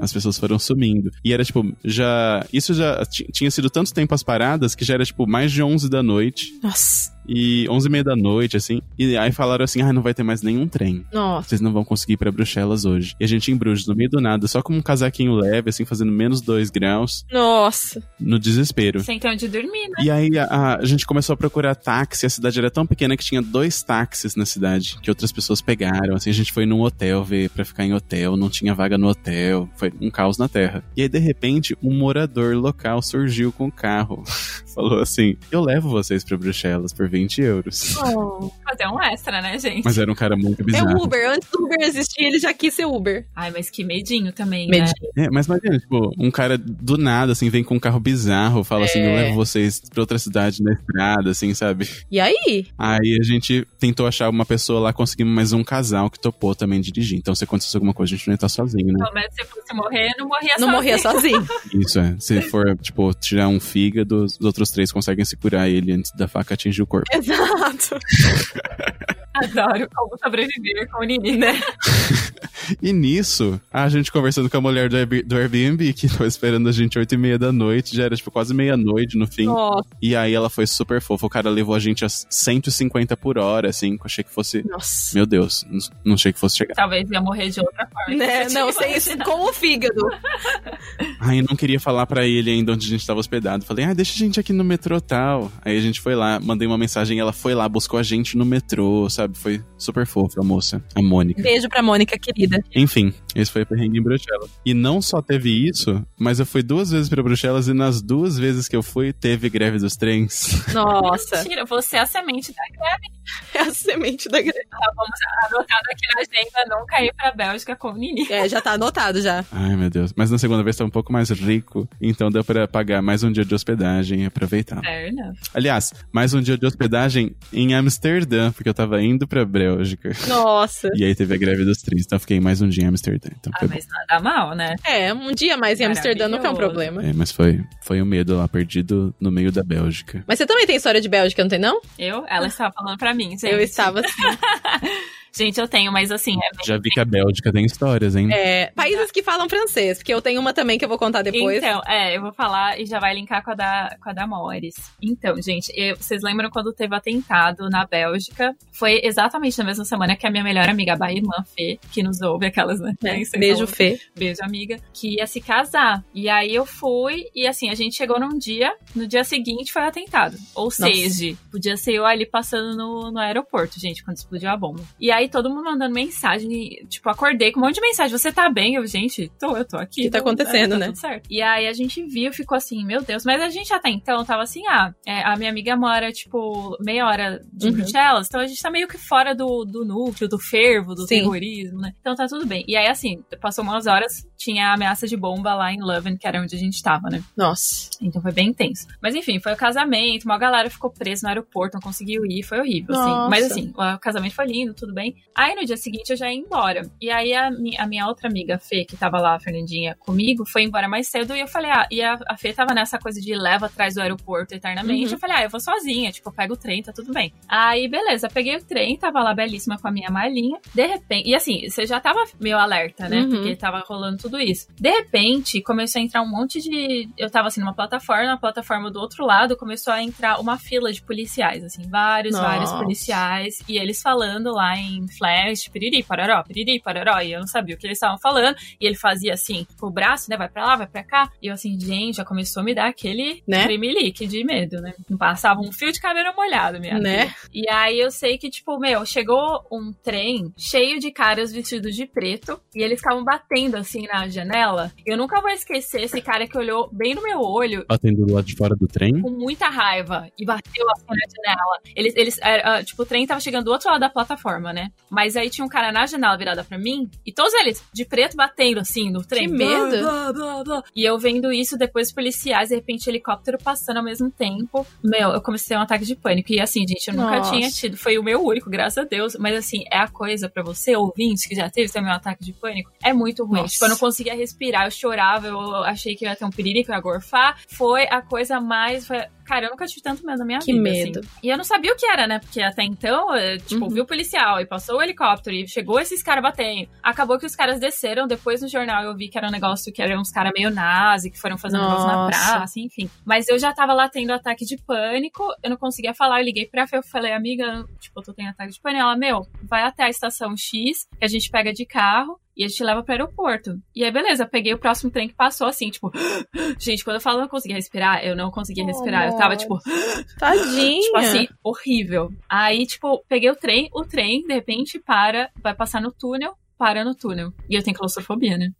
As pessoas foram sumindo. E era tipo, já. Isso já ti- tinha sido tanto tempo as paradas que já era tipo mais de 11 da noite.
Nossa.
E 11 e meia da noite, assim. E aí falaram assim: ah, não vai ter mais nenhum trem.
Nossa.
Vocês não vão conseguir ir pra Bruxelas hoje. E a gente em Bruges, no meio do nada, só com um casaquinho leve, assim, fazendo menos 2 graus,
Nossa.
no desespero.
Sem ter onde dormir, né?
E aí a, a gente começou a procurar táxi, a cidade era tão pequena que tinha dois táxis na cidade, que outras pessoas pegaram, assim, a gente foi num hotel ver pra ficar em hotel, não tinha vaga no hotel, foi um caos na terra. E aí, de repente, um morador local surgiu com o carro. falou assim: Eu levo vocês pra Bruxelas por 20 euros.
Fazer um extra, né, gente?
Mas era um cara muito
É
bizarro.
o Uber. Antes do Uber existir, ele já quis ser Uber.
Ai, mas que medinho também, né?
Medinho.
É, mas imagina, tipo, um cara do nada, assim, vem com um carro bizarro, fala assim, eu
É.
levo vocês pra outra cidade na estrada, assim, sabe?
E aí?
Aí a gente tentou achar uma pessoa lá, conseguimos mais um casal que topou também dirigir. Então, se acontecesse alguma coisa, a gente não ia estar sozinho, né?
Pelo menos se fosse morrer, não morria
Não
sozinho.
morria sozinho.
Isso, é. Se for, tipo, tirar um fígado, os outros três conseguem segurar ele antes da faca atingir o corpo.
Exato.
Adoro como sobreviver com o Nini, né?
E nisso, a gente conversando com a mulher do, Airb- do Airbnb, que tava esperando a gente oito e meia da noite, já era, tipo, quase meia-noite no fim.
Nossa.
E aí ela foi super fofa. O cara levou a gente a 150 por hora, assim, que eu achei que fosse.
Nossa.
Meu Deus, não- não achei que fosse chegar.
Talvez ia morrer de outra forma.
Né? Não, sem isso, com o fígado.
Aí eu não queria falar pra ele ainda onde a gente tava hospedado. Falei, ah, deixa a gente aqui no metrô tal. Aí a gente foi lá, mandei uma mensagem, ela foi lá, buscou a gente no metrô, sabe? Foi super fofa a moça, a Mônica.
Beijo pra Mônica, querida.
Enfim, esse foi o perrengue em Bruxelas. E não só teve isso, mas eu fui duas vezes pra Bruxelas e nas duas vezes que eu fui, teve greve dos trens.
Nossa.
Mentira, você é a semente da greve.
É a semente da greve.
Tá, vamos anotado aqui na agenda, não cair pra Bélgica com o Nini.
É, já tá anotado já.
Ai, meu Deus. Mas na segunda vez tava um pouco mais rico, então deu pra pagar mais um dia de hospedagem e aproveitar.
Certo.
Aliás, mais um dia de hospedagem em Amsterdã, porque eu tava indo pra Bélgica.
Nossa.
E aí teve a greve dos trens, então eu fiquei mais um dia em Amsterdã. Então
Ah,
foi bom.
mas nada mal, né?
É, um dia mais em Amsterdã não é um
Maravilhoso.
problema.
É, mas foi, foi um medo lá, perdido no meio da Bélgica.
Mas você também tem história de Bélgica, não tem não?
Eu? Ela estava falando pra mim, gente.
Eu estava assim.
Gente, eu tenho, mas assim, é
Já vi que a Bélgica tem histórias, hein?
É, países que falam francês, porque eu tenho uma também que eu vou contar depois.
Então, é, eu vou falar e já vai linkar com a da, com a da Mores. Então, gente, eu- vocês lembram quando teve o atentado na Bélgica? Foi exatamente na mesma semana que a minha melhor amiga, a Bahia Irmã Fê, que nos ouve aquelas, né?
né?
Nem sei
Beijo,
falar.
Fê.
Beijo, amiga. Que ia se casar. E aí eu fui, e assim, a gente chegou num dia, no dia seguinte foi o atentado. Ou seja, podia ser eu ali passando no, no aeroporto, gente, quando explodiu a bomba. E aí todo mundo mandando mensagem, e, tipo, acordei com um monte de mensagem. Você tá bem? Eu, gente, tô, eu tô aqui.
que tá
Então,
acontecendo,
é,
né?
Tudo certo. E aí a gente viu, ficou assim, meu Deus. Mas a gente até então tava assim, ah, é, a minha amiga mora, tipo, meia hora de
Uhum.
Bruxelas, então a gente tá meio que fora do, do núcleo, do fervo, do
Sim.
terrorismo, né? Então tá tudo bem. E aí, assim, passou umas horas, tinha a ameaça de bomba lá em Leuven, que era onde a gente tava, né?
Nossa.
Então foi bem intenso. Mas enfim, foi o casamento, uma galera ficou presa no aeroporto, não conseguiu ir, foi horrível, assim.
Nossa.
Mas assim, o casamento foi lindo, tudo bem. Aí no dia seguinte eu já ia embora. E aí a, mi- a minha outra amiga, a Fê, que tava lá, a Fernandinha, comigo, foi embora mais cedo e eu falei, ah, e a, a Fê tava nessa coisa de leva atrás do aeroporto eternamente.
Uhum.
Eu falei, ah, eu vou sozinha, tipo, eu pego o trem, tá tudo bem. Aí, beleza, peguei o trem, tava lá belíssima com a minha malinha. De repente, e assim, você já tava meio alerta, né?
Uhum.
Porque tava rolando tudo isso. De repente, começou a entrar um monte de. Eu tava assim numa plataforma, na plataforma do outro lado começou a entrar uma fila de policiais, assim, vários,
Nossa.
vários policiais. E eles falando lá em flash, piriri, pararó, piriri, pararó. E eu não sabia o que eles estavam falando. E ele fazia assim, com o braço, né? Vai pra lá, vai pra cá. E eu assim, gente, já começou a me dar aquele
Né?
tremelique de medo, né? Não Passava um fio de cabelo molhado, minha
Né?
filha. E aí eu sei que, tipo, meu, chegou um trem cheio de caras vestidos de preto e eles estavam batendo assim na janela. Eu nunca vou esquecer esse cara que olhou bem no meu olho
Batendo do lado de fora do trem.
com muita raiva e bateu assim na janela. Eles, eles era, ah, tipo, o trem tava chegando do outro lado da plataforma, né? Mas aí tinha um cara na janela virada pra mim e todos eles de preto batendo assim no trem.
Que medo.
Blá, blá, blá, blá. E eu vendo isso, depois os policiais, de repente helicóptero passando ao mesmo tempo. Meu, eu comecei a ter um ataque de pânico. E assim, gente, eu nunca
Nossa.
tinha tido. Foi o meu único, graças a Deus. Mas assim, é a coisa pra você, ouvinte, que já teve também um ataque de pânico, é muito ruim.
Nossa.
Tipo, eu não conseguia respirar, eu chorava, eu achei que eu ia ter um piriri, que eu ia gorfar. Foi a coisa mais. foi- Cara, eu nunca tive tanto medo na minha
Que
vida.
medo.
assim. E eu não sabia o que era, né? Porque até então, eu, tipo,
Uhum.
vi o policial e passou o helicóptero e chegou esses caras batendo. Acabou que os caras desceram. Depois no jornal eu vi que era um negócio que eram uns caras meio nazi, que foram fazendo negócio na
Nossa.
praça, enfim. Mas eu já tava lá tendo ataque de pânico, eu não conseguia falar. Eu liguei pra Fê, eu falei, amiga, tipo, eu tô tendo ataque de pânico. Ela, meu, vai até a estação X, que a gente pega de carro. E a gente leva pro aeroporto. E aí, beleza, peguei o próximo trem que passou, assim, tipo. Gente, quando eu falo eu não conseguia respirar, eu não conseguia
Oh,
respirar. Eu tava,
nossa.
tipo,
Tadinha.
Tipo assim, horrível. Aí, tipo, peguei o trem, o trem, de repente, para, vai passar no túnel. para no túnel. E eu tenho claustrofobia, né?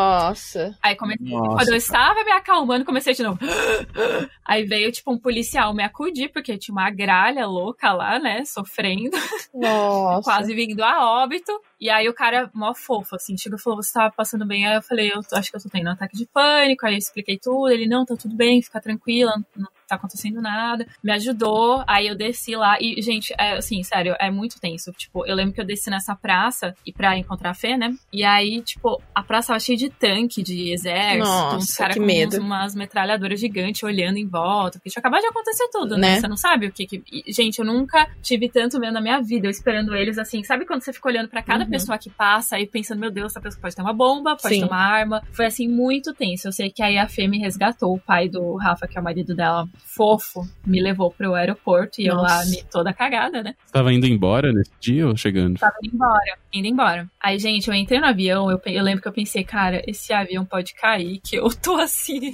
Nossa.
Aí comecei,
Nossa,
quando eu
cara.
estava me acalmando, comecei de novo. Aí veio, tipo, um policial me acudir, porque tinha uma gralha louca lá, né, sofrendo,
Nossa.
quase vindo a óbito. E aí o cara, mó fofo, assim, chegou e falou, você tá passando bem? Aí eu falei, eu tô- acho que eu tô tendo um ataque de pânico. Aí eu expliquei tudo, ele, não, tá tudo bem, fica tranquila, não tá acontecendo nada. Me ajudou, aí eu desci lá. E, gente, é, assim, sério, é muito tenso. Tipo, eu lembro que eu desci nessa praça, e pra encontrar a Fê, né? E aí, tipo, a praça tava cheia de tanque, de exército,
Nossa,
uns caras
que
com
medo.
uns- umas metralhadoras gigantes olhando em volta, porque tinha acabado de acontecer tudo, né?
Né?
Você não sabe o que que... e, Gente, eu nunca tive tanto medo na minha vida, eu esperando eles, assim, sabe quando você fica olhando pra cada
Uhum.
pessoa que passa e pensando, meu Deus, essa pessoa pode ter uma bomba, pode
Sim.
ter uma arma. Foi, assim, muito tenso. Eu sei que aí a Fê me resgatou, o pai do Rafa, que é o marido dela, fofo, me levou pro aeroporto e eu lá,
Nossa.
me- toda cagada, né?
Tava indo embora nesse dia ou chegando?
Tava indo embora, indo embora. Aí, gente, eu entrei no avião, eu, pe- eu lembro que eu pensei, cara, esse avião pode cair, que eu tô assim,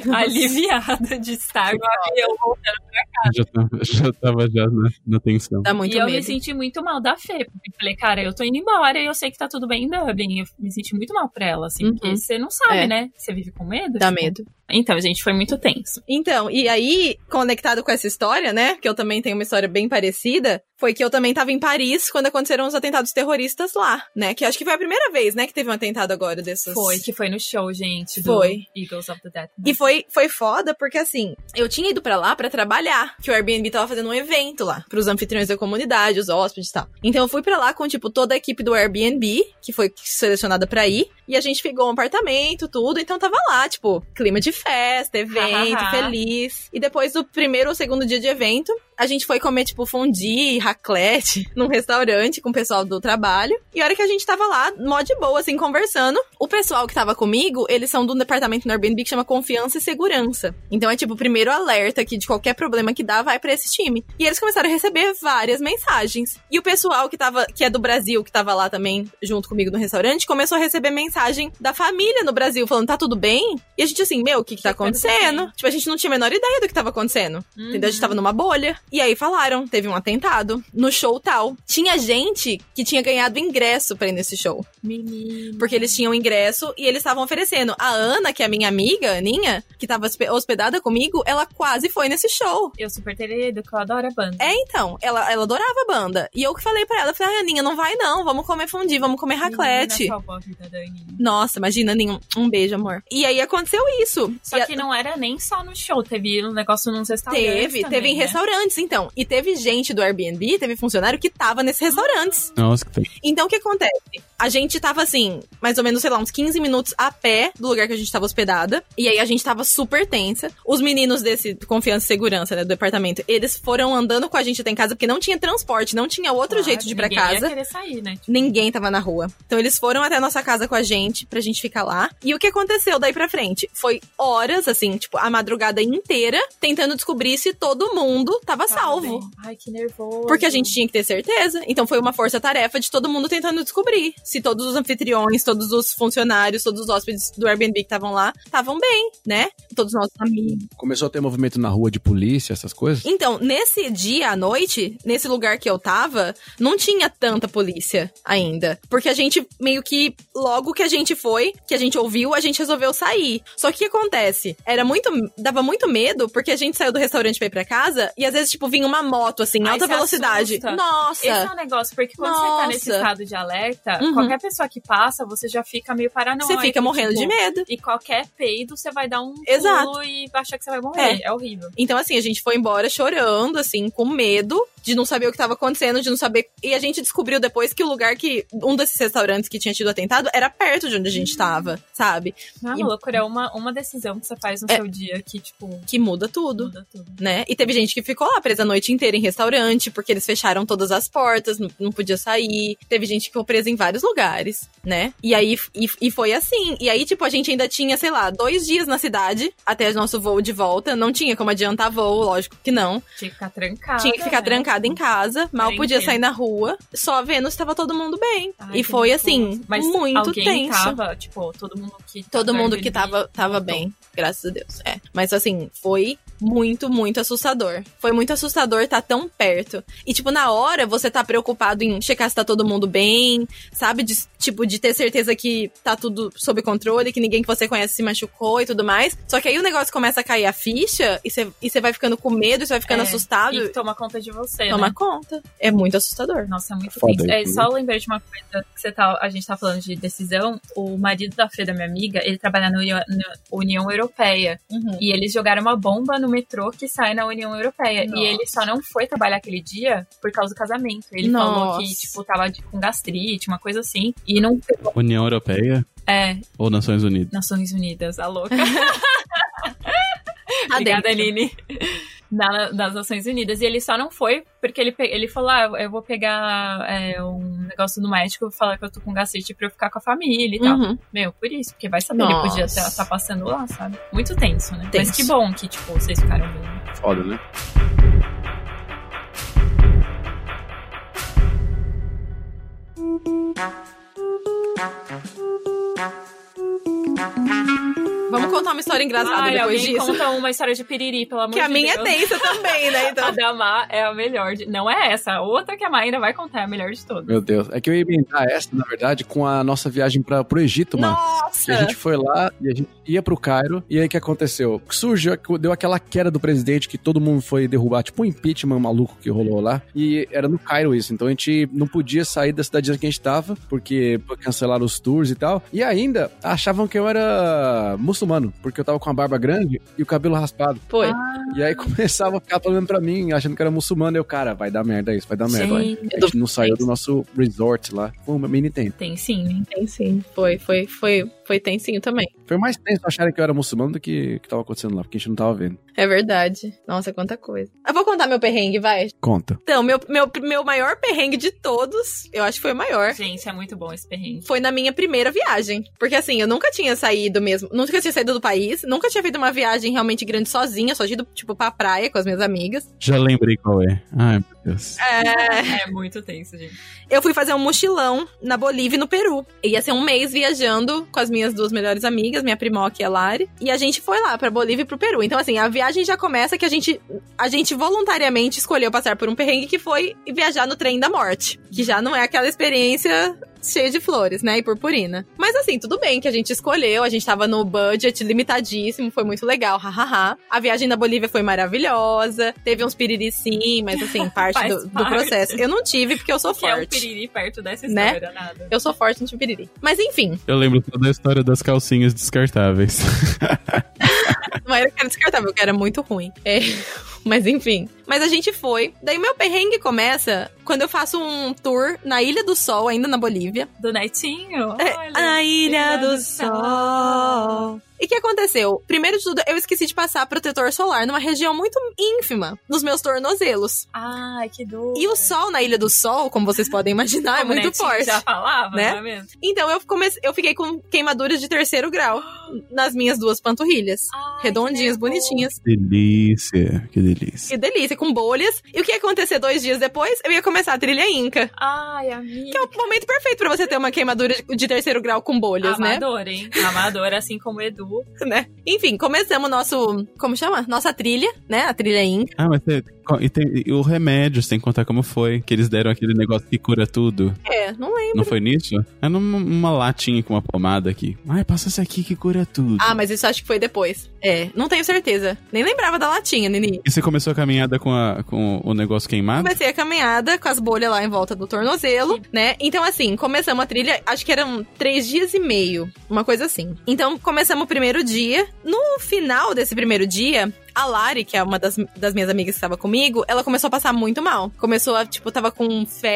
aliviada de estar no avião.
Já tava já, tava já na, na tensão.
Dá muito
e eu me
medo.
senti muito mal da Fê, porque eu falei, cara, eu tô indo embora e eu sei que tá tudo bem em Dublin. Eu me senti muito mal pra ela, assim,
Uhum.
porque você não sabe,
É.
né? Você vive com medo?
Dá
tipo.
medo.
Então, gente, foi muito tenso.
Então, e aí, conectado com essa história, né? Que eu também tenho uma história bem parecida, foi que eu também tava em Paris quando aconteceram os atentados terroristas lá, né? Que acho que foi a primeira vez, né, que teve um atentado agora desses.
Foi, que foi no show, gente, do
Foi.
Eagles of the Death.
E foi, foi foda, porque assim, eu tinha ido pra lá pra trabalhar, que o Airbnb tava fazendo um evento lá, pros anfitriões da comunidade, os hóspedes e tal. Então eu fui pra lá com, tipo, toda a equipe do Airbnb, que foi selecionada pra ir, e a gente pegou um apartamento, tudo, então tava lá, tipo, clima de festa, evento, feliz. E depois do primeiro ou segundo dia de evento, a gente foi comer, tipo, fondue, raclette, num restaurante com o pessoal do trabalho. E a hora que a gente tava lá, mó de boa, assim, conversando, o pessoal que tava comigo, eles são de um departamento no Airbnb que chama Confiança e Segurança. Então é tipo, o primeiro alerta que de qualquer problema que dá vai pra esse time. E eles começaram a receber várias mensagens. E o pessoal que tava, que é do Brasil, que tava lá também junto comigo no restaurante, começou a receber mensagem da família no Brasil, falando, tá tudo bem? E a gente assim, meu, o que que tá
que tá
acontecendo?
acontecendo?
Tipo, a gente não tinha a menor ideia do que tava acontecendo.
Hum,
Entendeu? A gente tava numa bolha. E aí falaram, teve um atentado no show tal. Tinha gente que tinha ganhado ingresso pra ir nesse show.
Menino.
Porque eles tinham ingresso e eles estavam oferecendo. A Ana, que é minha amiga, Aninha, que tava hospe- hospedada comigo, ela quase foi nesse show.
Eu super teria ido, que eu adoro a banda.
É, então, ela, ela adorava a banda. E eu que falei pra ela, falei, ah, Aninha, não vai não, vamos comer fondue, vamos comer raclette.
Menina, salvou a vida da Aninha.
Nossa, imagina, Aninha, um beijo, amor. E aí aconteceu isso.
Só
E a-
que não era nem só no show, teve um negócio num restaurante.
Teve,
também,
teve em
né?
restaurantes, então. E teve gente do Airbnb, teve funcionário que tava nesses restaurantes.
Nossa, que tem.
Então, o que acontece? A gente tava, assim, mais ou menos, sei lá, uns 15 minutos a pé do lugar que a gente tava hospedada. E aí, a gente tava super tensa. Os meninos desse Confiança e Segurança, né, do departamento, eles foram andando com a gente até em casa, porque não tinha transporte, não tinha outro
Claro,
jeito de ir pra
Ah, ninguém
casa.
Ia querer sair, né?
Ninguém tava na rua. Então eles foram até a nossa casa com a gente pra gente ficar lá. E o que aconteceu daí pra frente? Foi horas, assim, tipo, a madrugada inteira, tentando descobrir se todo mundo tava
Tava
salvo.
bem. Ai, que nervoso.
Porque a gente tinha que ter certeza. Então foi uma força-tarefa de todo mundo tentando descobrir se todos os anfitriões, todos os funcionários, todos os hóspedes do Airbnb que estavam lá estavam bem, né? Todos os nossos amigos.
Começou a ter movimento na rua de polícia, essas coisas.
Então, nesse dia à noite, nesse lugar que eu tava, não tinha tanta polícia ainda. Porque a gente meio que, logo que a gente foi, que a gente ouviu, a gente resolveu sair. Só que o que acontece? Era muito. Dava muito medo, porque a gente saiu do restaurante pra ir pra casa e às vezes, tipo, vinha uma moto, assim, em
Aí
alta
se
velocidade.
assusta.
Nossa!
Esse é o negócio, porque quando você tá nesse
Nossa.
estado de alerta,
Uhum.
qualquer pessoa que passa, você já fica meio paranoico.
você fica morrendo de
tipo,
medo.
E qualquer peido, você vai dar um
Exato.
pulo e achar que você vai morrer. É, horrível.
Então, assim, a gente foi embora chorando, assim, com medo de não saber o que tava acontecendo, de não saber. E a gente descobriu depois que o lugar que. Um desses restaurantes que tinha tido atentado era perto de onde a gente tava, sabe?
Não é
E-
uma loucura, é uma, uma decisão que você faz no
É.
seu dia que, tipo,
Que muda tudo.
muda tudo.
Né? E teve gente que ficou lá presa a noite inteira em restaurante, porque eles fecharam todas as portas, não, não podia sair. Teve gente que ficou presa em vários lugares, né? E aí e, e foi assim. E aí, tipo, a gente ainda tinha, sei lá, dois dias na cidade até o nosso voo de volta. Não tinha como adiantar voo, lógico que não.
Tinha que ficar né? trancado.
Tinha que ficar trancada em casa, mal
Era
podia
intenso.
sair na rua, só vendo se tava todo mundo bem.
Tá Ai, que
e foi
nervoso.
assim,
Mas
muito
alguém
tenso.
Tava, tipo, todo mundo que.
Todo
do
mundo que
Airbnb
tava, tava
voltou.
bem, graças a Deus. É. Mas assim, foi muito, muito assustador. Foi muito assustador estar tão perto. E, tipo, na hora você tá preocupado em checar se tá todo mundo bem, sabe? De, tipo, de ter certeza que tá tudo sob controle, que ninguém que você conhece se machucou e tudo mais. Só que aí o negócio começa a cair a ficha e você e você vai ficando com medo, você vai ficando
É,
assustado.
E toma conta de você, né?
Toma conta. É muito assustador.
Nossa, é muito
Foda
tenso. É,
isso, né?
só lembrei de uma coisa que você tá, a gente tá falando de decisão. O marido da Freda, minha amiga, ele trabalha na União, na União Europeia. E eles jogaram uma bomba no metrô que sai na União Europeia.
Nossa.
E ele só não foi trabalhar aquele dia por causa do casamento. Ele falou
Nossa.
que, tipo, tava de- com gastrite, uma coisa assim. E não pegou.
União Europeia
É,
ou Nações Unidas?
Nações Unidas, a louca.
Tá
Obrigada,
dentro.
Aline. Na, das Nações Unidas. E ele só não foi porque ele, pe- ele falou: ah, eu- eu vou pegar é, um negócio no médico, vou falar que eu tô com gastrite pra eu ficar com a família e tal.
Uhum.
Meu, por isso, porque vai saber, ele
Nossa.
podia estar passando lá, sabe? Muito tenso, né? Mas
Tenso.
que bom que, tipo, vocês ficaram vendo.
Foda, né?
Vamos contar uma história engraçada
Ah. Ai,
depois
alguém
disso.
conta uma história de piriri, pelo amor
Que a
de
minha é
Deus.
tensa também, né?
A
Então.
da Má é a melhor. De... Não é essa. A outra que a Má ainda vai contar é a melhor de todas.
Meu Deus. É que eu ia emendar essa, na verdade, com a nossa viagem pra, pro Egito, mano. Que a
Nossa!
gente foi lá e a gente ia pro Cairo. E aí o que aconteceu? Surgiu, deu aquela queda do presidente que todo mundo foi derrubar, tipo um impeachment maluco que rolou lá. E era no Cairo isso. Então a gente não podia sair da cidadezinha que a gente tava, porque cancelaram os tours e tal. E ainda achavam que eu era muçulmano, porque eu tava com a barba grande e o cabelo raspado.
Foi.
E aí começavam a ficar falando pra mim, achando que era muçulmano. Eu, cara, vai dar merda isso, vai dar merda. vai.
Gente,
É A gente não saiu do nosso resort lá. Foi uma mini tempo.
tem sim, hein?
Tem sim. Foi, foi, foi, foi tensinho também.
Foi mais tenso acharem que eu era muçulmano do que o que tava acontecendo lá, porque a gente não tava vendo.
É verdade. Nossa, quanta coisa. Eu vou contar meu perrengue, vai.
Conta.
Então, meu, meu, meu maior perrengue de todos, eu acho que foi o maior.
Gente, é muito bom esse perrengue.
Foi na minha primeira viagem. Porque assim, eu nunca tinha saído mesmo. Nunca tinha saído do país. Nunca tinha feito uma viagem realmente grande sozinha. Só tinha ido, tipo, pra praia com as minhas amigas.
Já lembrei qual é. Ai, meu Deus.
É muito tenso, gente.
Eu fui fazer um mochilão na Bolívia e no Peru. Ia ser um mês viajando com as minhas duas melhores amigas, minha primoca e a Lari. E a gente foi lá pra Bolívia e pro Peru. Então, assim, a viagem já começa que a gente, a gente voluntariamente escolheu passar por um perrengue que foi viajar no trem da morte. Que já não é aquela experiência cheia de flores, né? E purpurina. Mas assim, tudo bem que a gente escolheu, a gente tava no budget limitadíssimo, foi muito legal, hahaha. A viagem na Bolívia foi maravilhosa, teve uns piriri sim, mas assim, parte,
Faz
do, do
parte.
processo. Eu não tive, porque eu sou
Que é um
forte.
piriri perto dessa
Né?
história, nada.
Eu sou forte no Tibiriri. Mas enfim,
Eu lembro só da história das calcinhas descartáveis.
não era que era descartável, que era muito ruim. É, mas enfim. Mas a gente foi. Daí meu perrengue começa quando eu faço um tour na Ilha do Sol, ainda na Bolívia.
Do Netinho?
É,
Olha.
A Ilha
do
do Sol. E o que aconteceu? Primeiro de tudo, eu esqueci de passar protetor solar numa região muito ínfima, nos meus tornozelos.
Ai, que dor.
E o sol na Ilha do Sol, como vocês podem imaginar, é
Como o
muito
Netinho
forte.
já falava,
né?
não é mesmo?
Então eu, comecei, eu fiquei com queimaduras de terceiro grau nas minhas duas panturrilhas.
Ai, que nervoso.
Redondinhas, bonitinhas.
delícia, que delícia.
Que delícia, com bolhas. E o que ia acontecer dois dias depois? Eu ia começar a trilha Inca.
Ai,
Que
amiga.
é o momento perfeito pra você ter uma queimadura de- de terceiro grau com bolhas, né?
Amador, hein? Amador, assim como o Edu.
né? Enfim, começamos o nosso. Como chama? Nossa trilha, né? A trilha Inca.
Ah, mas tem- e tem- e o remédio, sem contar como foi, que eles deram aquele negócio que cura tudo.
É, não lembro.
Não foi nisso? Era numa uma latinha com uma pomada aqui. Ai, passa essa aqui que cura tudo.
Ah, mas isso acho que foi depois. É, não tenho certeza. Nem lembrava da latinha, Nini.
E você começou a caminhada com, a- com o negócio queimado?
Comecei a caminhada com as bolhas lá em volta do tornozelo, né? Então, assim, começamos a trilha, acho que eram três dias e meio, uma coisa assim. Então, começamos o primeiro dia. No final desse primeiro dia, a Lari, que é uma das, das minhas amigas que estava comigo, ela começou a passar muito mal. Começou a, tipo, tava com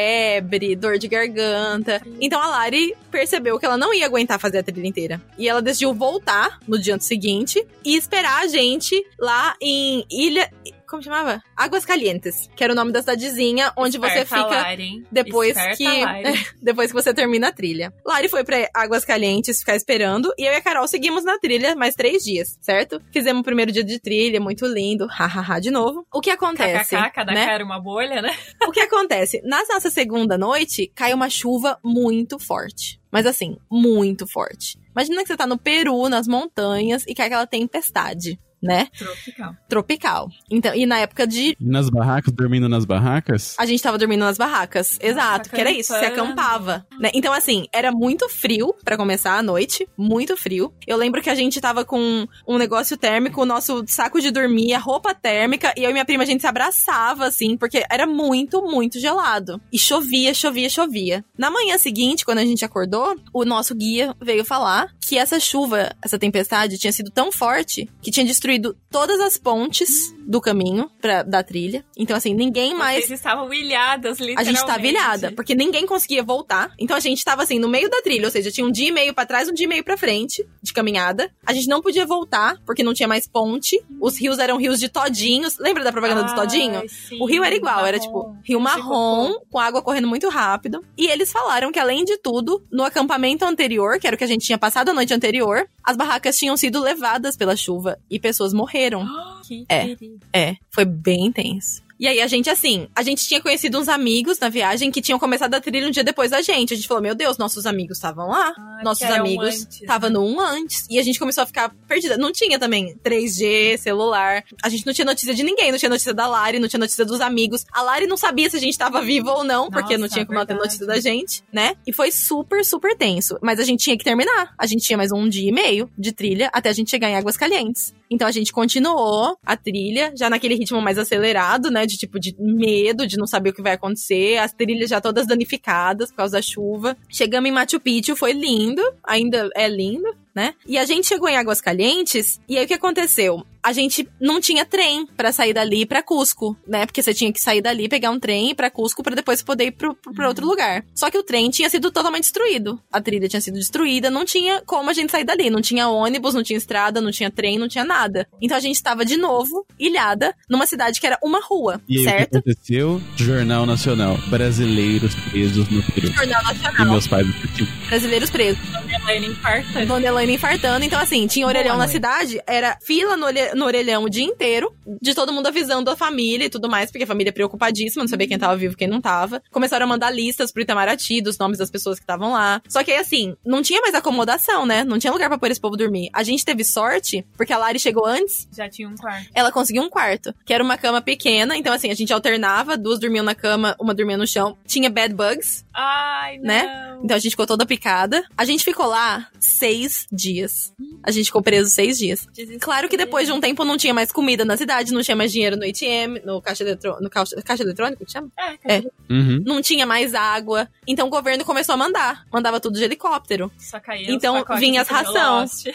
febre, dor de garganta. Então a Lari percebeu que ela não ia aguentar fazer a trilha inteira. E ela decidiu voltar no dia seguinte e esperar a gente lá em Ilha. Como chamava? Águas Calientes, que era o nome da cidadezinha onde você
Esperta
fica
Lari, hein?
depois
Esperta
que-
Lari.
depois que você termina a trilha. Lari foi pra Águas Calientes ficar esperando e eu e a Carol seguimos na trilha mais três dias, certo? Fizemos o primeiro dia de trilha, muito lindo, hahaha, de novo. O que acontece?
KKK, cada
né?
cara uma bolha, né?
O que acontece? Na nossa segunda noite, cai uma chuva muito forte. Mas assim, muito forte. Imagina que você tá no Peru, nas montanhas, e cai aquela tempestade. né?
Tropical.
Tropical. Então, e na época de
E nas barracas, dormindo nas barracas?
a gente tava dormindo nas barracas. Exato, que era isso, você
acampando.
acampava. né? Então, assim, era muito frio pra começar a noite, muito frio. Eu lembro que a gente tava com um negócio térmico, o nosso saco de dormir, a roupa térmica, e eu e minha prima a gente se abraçava, assim, porque era muito, muito gelado. E chovia, chovia, chovia. Na manhã seguinte, quando a gente acordou, o nosso guia veio falar que essa chuva, essa tempestade, tinha sido tão forte que tinha destruído todas as pontes do caminho pra, da trilha. Então, assim, ninguém mais
Vocês estavam ilhadas,
a
literalmente.
gente tá tava ilhada, porque ninguém conseguia voltar. Então a gente tava assim, no meio da trilha, ou seja, tinha um dia e meio pra trás, um dia e meio pra frente de caminhada. A gente não podia voltar, porque não tinha mais ponte. Os rios eram rios de todinhos. Lembra da propaganda do todinho?
Ai, sim, tá
O rio era igual, era
marrom.
tipo rio marrom, com água correndo muito rápido. E eles falaram que, além de tudo, no acampamento anterior, que era o que a gente tinha passado a noite anterior, as barracas tinham sido levadas pela chuva e pessoas morreram.
Que
É.
perigo.
É, foi bem intenso. E aí a gente, assim, a gente tinha conhecido uns amigos na viagem que tinham começado a trilha um dia depois da gente. A gente falou, meu Deus, nossos amigos estavam lá.
Ah,
Nossos
que era um
amigos
antes, né?
estavam no um antes. E a gente começou a ficar perdida. Não tinha também 3G, celular. A gente não tinha notícia de ninguém. Não tinha notícia da Lari, não tinha notícia dos amigos. A Lari não sabia se a gente tava viva ou não, porque não
Nossa,
tinha como ela ter
verdade.
notícia da gente, né? E foi super, super tenso. Mas a gente tinha que terminar. A gente tinha mais um dia e meio de trilha até a gente chegar em Águas Calientes. Então a gente continuou a trilha, já naquele ritmo mais acelerado, né? De tipo de medo, de não saber o que vai acontecer, as trilhas já todas danificadas por causa da chuva. Chegamos em Machu Picchu, foi lindo, ainda é lindo, né? E a gente chegou em Águas Calientes, e aí o que aconteceu? A gente não tinha trem pra sair dali pra Cusco, né? Porque você tinha que sair dali, pegar um trem pra Cusco pra depois poder ir pro, pro- pra outro
Uhum.
lugar. Só que o trem tinha sido totalmente destruído. A trilha tinha sido destruída, não tinha como a gente sair dali. Não tinha ônibus, não tinha estrada, não tinha trem, não tinha nada. Então a gente tava de novo, ilhada, numa cidade que era uma rua,
E aí,
certo?
o que aconteceu? Jornal Nacional. Brasileiros presos no Peru.
Jornal
E
Nacional,
meus pais assistindo.
brasileiros presos.
Elaine infartante.
Dona Elaine infartando. Então, assim, tinha orelhão
Boa,
na
mãe.
cidade, era fila no, orelha- no orelhão o dia inteiro, de todo mundo avisando a família e tudo mais, porque a família é preocupadíssima, não sabia quem tava vivo e quem não tava. Começaram a mandar listas pro Itamaraty dos nomes das pessoas que estavam lá. Só que aí, assim, não tinha mais acomodação, né? Não tinha lugar pra pôr esse povo dormir. A gente teve sorte, porque a Lari chegou antes
Já tinha um quarto.
ela conseguiu um quarto, que era uma cama pequena. Então, assim, a gente alternava, duas dormiam na cama, uma dormia no chão. Tinha bed bugs,
Ai, não.
Né? então a gente ficou toda picada. A gente ficou lá seis dias. A gente ficou preso seis dias.
Desespero.
Claro que depois de um tempo não tinha mais comida na cidade, não tinha mais dinheiro no ATM, no caixa, eletro... no caixa... caixa eletrônico, que chama?
É,
É.
Uhum.
Não tinha mais água. Então o governo começou a mandar. Mandava tudo de helicóptero.
É, só caía os
Então,
pacotes do
vinha as ração.
Lost.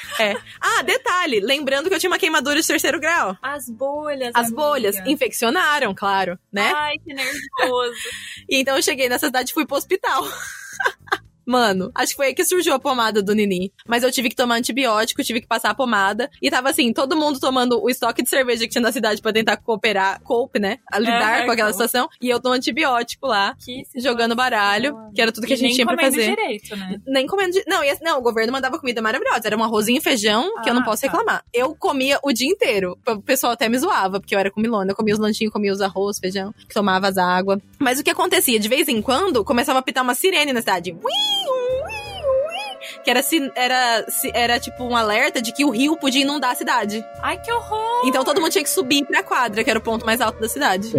Ah, detalhe, lembrando que eu tinha uma queimadura de terceiro grau.
As bolhas.
As
amiga.
bolhas infeccionaram, claro, né?
Ai, que nervoso.
E então eu cheguei nessa cidade e fui pro hospital. Mano, acho que foi aí que surgiu a pomada do Nini. Mas eu tive que tomar antibiótico, tive que passar a pomada. E tava assim, todo mundo tomando o estoque de cerveja que tinha na cidade pra tentar cooperar, cope, né? A lidar
é,
com aquela
cope.
situação. E eu no antibiótico lá,
Que
jogando baralho, que era tudo que a gente tinha pra fazer.
direito, né?
Nem comendo. di- Não, e assim- não, o governo mandava comida maravilhosa. Era um arrozinho e feijão que eu não
Ah,
posso
tá.
reclamar. Eu comia o dia inteiro. O pessoal até me zoava, porque eu era comilona. Eu comia os lanchinhos, comia os arroz, feijão, tomava as águas. Mas o que acontecia? De vez em quando, começava a pitar uma sirene na cidade. Ui, ui, ui, Que era, si- era, si- era tipo um alerta de que o rio podia inundar a cidade.
Ai, que horror.
Então todo mundo tinha que subir pra quadra, que era o ponto mais alto da cidade.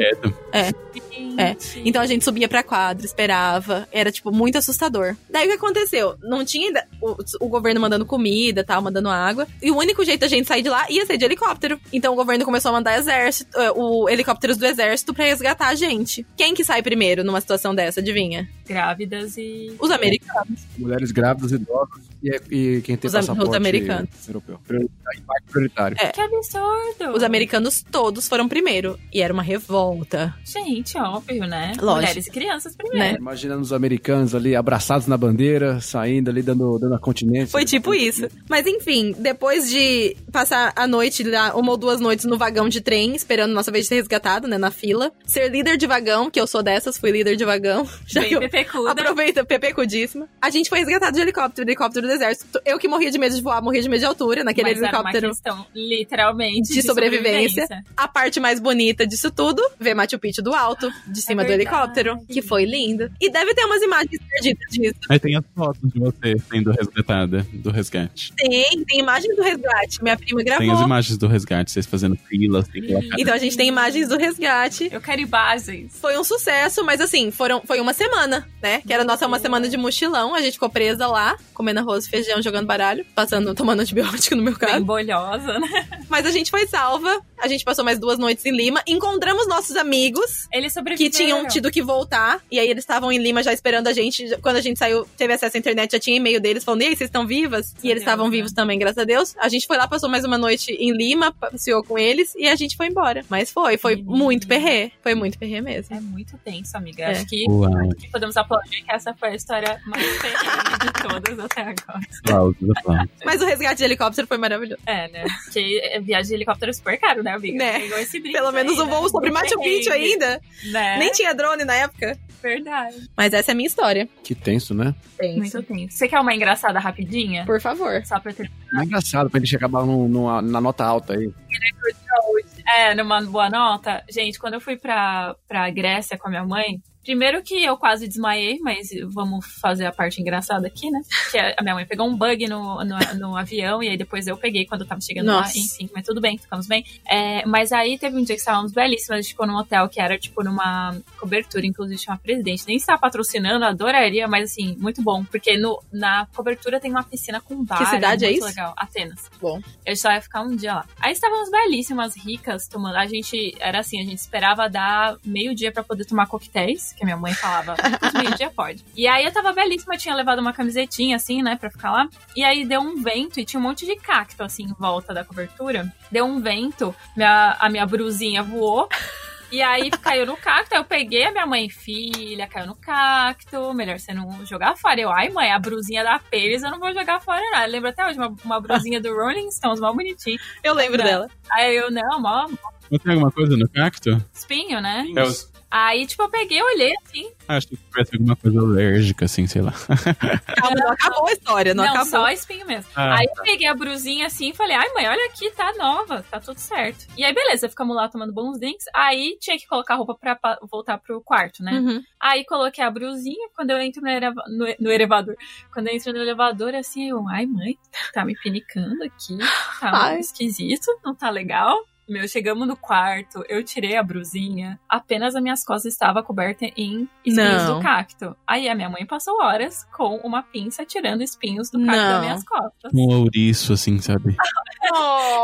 É.
gente.
Então a gente subia pra quadra, esperava. Era, tipo, muito assustador. Daí o que aconteceu? Não tinha ainda o, o governo mandando comida, tal, mandando água. E o único jeito da gente sair de lá ia ser de helicóptero. Então o governo começou a mandar exército, eh, o, helicópteros do exército pra resgatar a gente. Quem que sai primeiro numa situação dessa, adivinha?
Grávidas e.
Os americanos.
Mulheres grávidas, idosas e, e quem tem
Os am- os
passaporte
americanos.
europeu. Prioritário, impacto prioritário.
Que absurdo.
Os americanos todos foram primeiro. E era uma revolta.
Gente, óbvio, né?
Lógico. Né?
Mulheres e crianças primeiro.
Imaginando os americanos ali abraçados na bandeira, saindo ali, dando, dando a continência.
Foi tipo isso. Mas enfim, depois de passar a noite, lá, uma ou duas noites no vagão de trem, esperando nossa vez de ser resgatado, né, na fila. Ser líder de vagão, que eu sou dessas, fui líder de vagão. Já que
Bem
eu
pepecuda.
aproveito, pepecudíssima. A gente foi resgatado de helicóptero, helicóptero do exército. Eu que morria de medo de voar, morria de medo de altura naquele
Mas era uma
helicóptero.
questão, literalmente,
De sobrevivência. A parte mais bonita disso tudo, ver Machu Picchu do alto. de cima do
É verdade.
helicóptero, que foi lindo. E deve ter umas imagens perdidas disso.
Aí tem as fotos de você sendo resgatada do resgate.
Tem, tem imagem do resgate. Minha prima
Tem as
gravou.
imagens do resgate, vocês fazendo assim, filas, tem aquela cara.
Então a gente tem imagens do resgate.
Eu quero ir bases.
Foi um sucesso, mas assim, foram, foi uma semana, né? Que era nossa uma semana de mochilão. A gente ficou presa lá, comendo arroz, feijão, jogando baralho, passando, tomando antibiótico no meu caso.
Bem bolhosa, né?
Mas a gente foi salva. A gente passou mais duas noites em Lima. Encontramos nossos amigos
Eles
que
sobreviveram.
tinham tido que voltar. E aí eles estavam em Lima já esperando a gente. Quando a gente saiu, teve acesso à internet, já tinha e-mail deles falando: E aí, vocês estão vivas? E eles estavam vivos também, graças a Deus. A gente foi lá, passou mais uma noite em Lima, passeou com eles e a gente foi embora. Mas foi, foi
Menina.
muito perrê. Foi muito perrê mesmo.
É muito tenso, amiga.
É.
Acho que,
Uau,
que podemos aplaudir que essa foi a história mais terrível de todas até agora.
aplausos, aplausos.
Mas o resgate de helicóptero foi maravilhoso.
É, né? Porque é, viagem de helicóptero é super caro, né, amiga?
Né?
Pegou esse brinde
Pelo menos
aí,
um
né?
voo sobre Machu
Perrengue,
Picchu ainda.
Né? É
Nem tinha drone na época.
Verdade.
Mas essa é a minha história.
Que tenso, né?
Muito tenso. Você quer uma engraçada rapidinha?
Por favor.
Só pra ter
Não é engraçado pra gente acabar num- numa- na nota alta aí.
É, numa boa nota. Gente, quando eu fui pra, pra Grécia com a minha mãe, primeiro que eu quase desmaiei, mas vamos fazer a parte engraçada aqui, né? Que a minha mãe pegou um bug no, no, no avião e aí depois eu peguei quando eu tava chegando lá.
Nossa.
Enfim, mas tudo bem, ficamos bem. É, mas aí teve um dia que estávamos belíssimas, a gente ficou num hotel que era tipo numa cobertura, inclusive chama Presidente. Nem está patrocinando, adoraria, mas assim, muito bom. Porque no, na cobertura tem uma piscina com bar.
cidade é
muito
isso?
legal. Atenas.
Bom.
Eu só ia ficar um dia lá. Aí estávamos belíssimas, ricas, tomando. A gente era assim, a gente esperava dar meio-dia pra poder tomar coquetéis, que a minha mãe falava, "Depois do meio-dia pode. E aí eu tava belíssima, tinha levado uma camisetinha assim, né, pra ficar lá. E aí deu um vento e tinha um monte de cacto assim em volta da cobertura. Deu um vento, minha, a minha brusinha voou. E aí caiu no cacto, aí eu peguei a minha mãe, filha, caiu no cacto, melhor você não jogar fora. Eu, ai mãe, a brusinha da Pênis eu não vou jogar fora não. Eu lembro até hoje, uma, uma brusinha do Rolling Stones, mal bonitinha.
Eu lembro
Não.
dela.
Aí eu, não, mó
Não tem alguma coisa no cacto?
espinho, né?
É os...
Aí, tipo, eu peguei, olhei assim,
Ah, Acho que parece alguma coisa alérgica, assim, sei lá.
Calma, não acabou a história, não,
não,
acabou.
só espinho mesmo.
Ah,
Aí eu peguei a brusinha assim e falei, ai mãe, olha aqui, tá nova, tá tudo certo. E aí, beleza, ficamos lá tomando bons drinks. Aí tinha que colocar a roupa pra pa- voltar pro quarto, né?
Uhum.
Aí coloquei a brusinha, quando eu entro no, eleva- no e- no elevador. Quando eu entro no elevador, assim, eu, ai mãe, tá me pinicando aqui, tá
Ai.
esquisito, não tá legal. Meu, chegamos no quarto, eu tirei a brusinha, apenas as minhas costas estavam cobertas em espinhos
Não.
do cacto. Aí a minha mãe passou horas com uma pinça tirando espinhos do cacto
Não.
das minhas costas.
um ouriço, assim, sabe?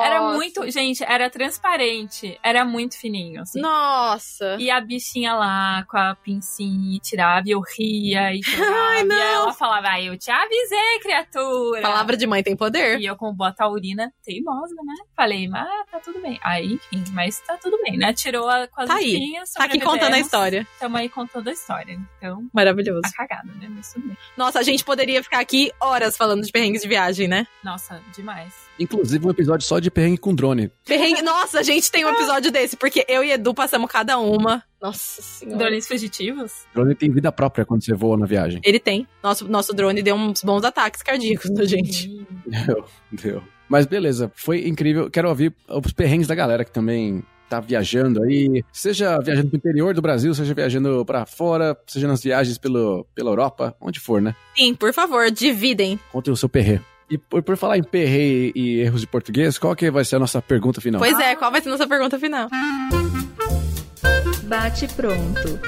Era
Nossa.
muito, gente, era transparente, era muito fininho, assim.
Nossa.
E a bichinha lá com a pincinha e tirava e eu ria e chorava.
Ai, não.
E ela falava, ah, eu te avisei, criatura.
Palavra de mãe tem poder.
E eu, como boa taurina, teimosa, né? Falei, mas tá tudo bem. Aí, enfim, mas tá tudo bem, né? Tirou a, com as
Tá aí.
espinhas,
Tá aqui contando a história.
Estamos aí contando a história. Então,
Maravilhoso.
tá cagada, né? Mas tudo bem.
Nossa, a gente poderia ficar aqui horas falando de perrengues de viagem, né?
Nossa, demais.
Inclusive um episódio só de perrengue com drone.
Perrengue... Nossa, a gente tem um episódio desse, porque eu e Edu passamos cada uma. Nossa senhora.
Drones fugitivos?
Drone tem vida própria quando você voa na viagem.
Ele tem. Nosso, nosso drone deu uns bons ataques cardíacos na gente.
Ih,
Deu, deu. Mas beleza, foi incrível. Quero ouvir os perrengues da galera que também tá viajando aí, seja viajando pro interior do Brasil, seja viajando pra fora, seja nas viagens pelo, pela Europa, onde for, né?
Sim, por favor, dividem.
Contem o seu perrê. E por, por falar em perrê e, e erros de português, qual que vai ser a nossa pergunta final?
Pois é, qual vai ser nossa pergunta final?
Bate pronto.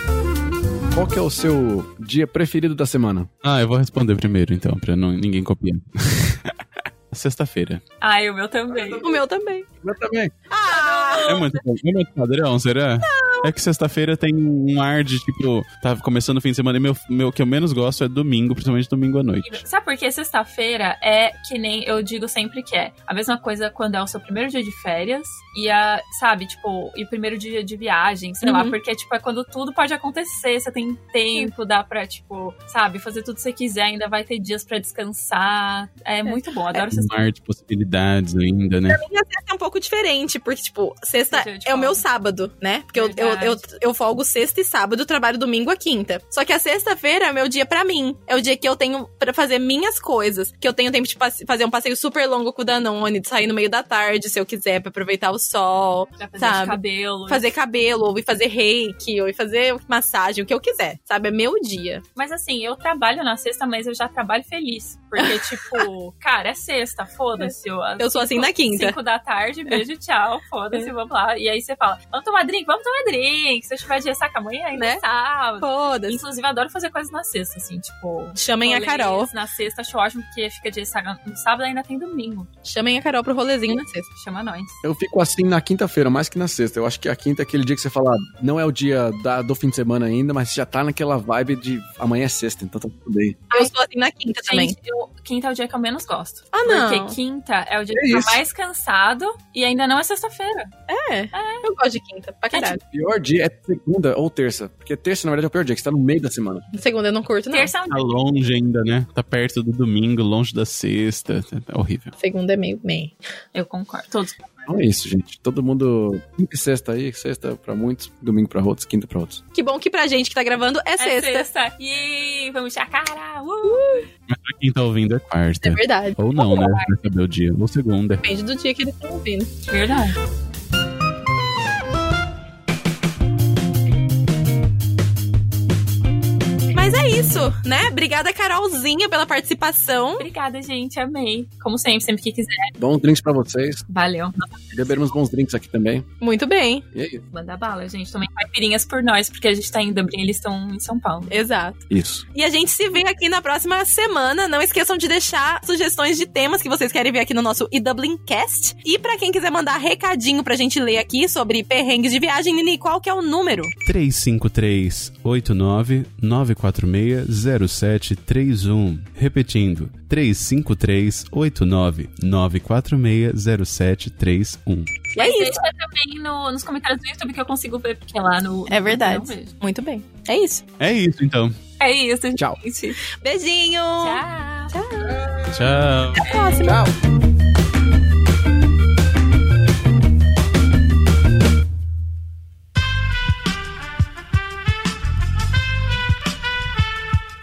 Qual que é o seu dia preferido da semana?
Ah, eu vou responder primeiro, então, pra não, ninguém copiar. Sexta-feira.
Ai, o meu também.
O meu também.
Eu também.
Ah!
É muito, é muito padrão, será? É que sexta-feira tem um ar de, tipo, tá começando o fim de semana e meu, meu que eu menos gosto é domingo, principalmente domingo à noite.
Sabe por que sexta-feira é que nem eu digo sempre que é? A mesma coisa quando é o seu primeiro dia de férias e a, sabe, tipo, e o primeiro dia de viagem, sei lá,
Uhum.
porque tipo é quando tudo pode acontecer, você tem tempo, dá pra, tipo, sabe, fazer tudo que você quiser, ainda vai ter dias pra descansar. É muito bom, adoro
Um
sexta-feira.
ar de possibilidades ainda, né?
Minha sexta é um pouco diferente, porque, tipo, sexta
Esse dia de
é o meu
folga.
sábado, né? Porque eu, eu, eu,
Verdade.
eu folgo sexta e sábado, trabalho domingo a quinta. Só que a sexta-feira é meu dia pra mim. É o dia que eu tenho pra fazer minhas coisas. Que eu tenho tempo de passe- fazer um passeio super longo com o Danone, de sair no meio da tarde, se eu quiser, pra aproveitar o sol
Pra fazer
Sabe.
de cabelo.
fazer cabelo, ou ir fazer reiki, ou ir fazer massagem, o que eu quiser, sabe? É meu dia.
Mas assim, eu trabalho na sexta, mas eu já trabalho feliz. Porque, tipo, cara, é sexta, foda-se. Eu,
Eu sou assim na quinta.
Cinco da tarde, beijo, tchau, foda-se, vamos lá. E aí você fala, vamos tomar drink? Vamos tomar drink. Se eu tiver de ressaca amanhã, ainda
Né?
é sábado.
Foda-se.
Inclusive, eu adoro fazer coisas na sexta, assim, tipo...
Chamem a
rolês
Carol.
Na sexta, acho ótimo, porque fica de ressaca no sábado, ainda tem domingo.
Chamem a Carol pro rolezinho na sexta.
Chama nós.
Eu fico assim na quinta-feira, mais que na sexta. Eu acho que a quinta é aquele dia que você fala, não é o dia da- do fim de semana ainda, mas você já tá naquela vibe de amanhã é sexta, então tá tudo bem.
Eu sou assim na quinta também.
Gente, eu- quinta é o dia que eu menos gosto.
Ah, não.
Porque quinta é o dia
É
que eu
isso.
tô mais cansado e ainda não é sexta-feira.
É, eu gosto de quinta, pra caralho.
O pior dia é segunda ou terça. Porque terça, na verdade, é o pior dia, que você tá no meio da semana.
Segunda eu não curto, não.
Terça é um
Tá longe ainda, né? Tá perto do domingo, longe da sexta. É horrível.
Segunda é meio bem.
Eu concordo. Todos.
Então é isso, gente. Todo mundo. Quinta e sexta aí, sexta pra muitos, domingo pra outros, quinta pra outros.
Que bom que pra gente que tá gravando é, sexta.
É sexta. E vamos chacara. Uh!
Mas pra quem tá ouvindo é
É
quarta.
verdade.
Ou não, né? Vai saber o dia. Ou segunda.
Depende do dia que eles estão ouvindo.
Verdade.
Mas é isso, né? Obrigada, Carolzinha, pela participação.
Obrigada, gente. Amei. Como sempre, sempre que quiser.
Bons drinks pra vocês.
Valeu.
Beberemos bons drinks aqui também.
Muito bem,
E é isso.
Manda bala, gente. Tomem caipirinhas por nós, porque a gente tá em Dublin, eles estão em São Paulo.
exato.
Isso.
E a gente se vê aqui na próxima semana. Não esqueçam de deixar sugestões de temas que vocês querem ver aqui no nosso eDublincast. E pra quem quiser mandar recadinho pra gente ler aqui sobre perrengues de viagem, Nini, qual que é o número?
353 89 946 0731. Repetindo, 353 89 946 0731.
E é isso.
Deixa também no- nos comentários do YouTube que eu consigo ver, porque lá no.
É verdade.
Eu vejo.
Muito bem. É isso.
É isso então.
É isso, gente.
Tchau.
Beijinho.
Tchau.
Tchau.
Até a próxima.
Tchau.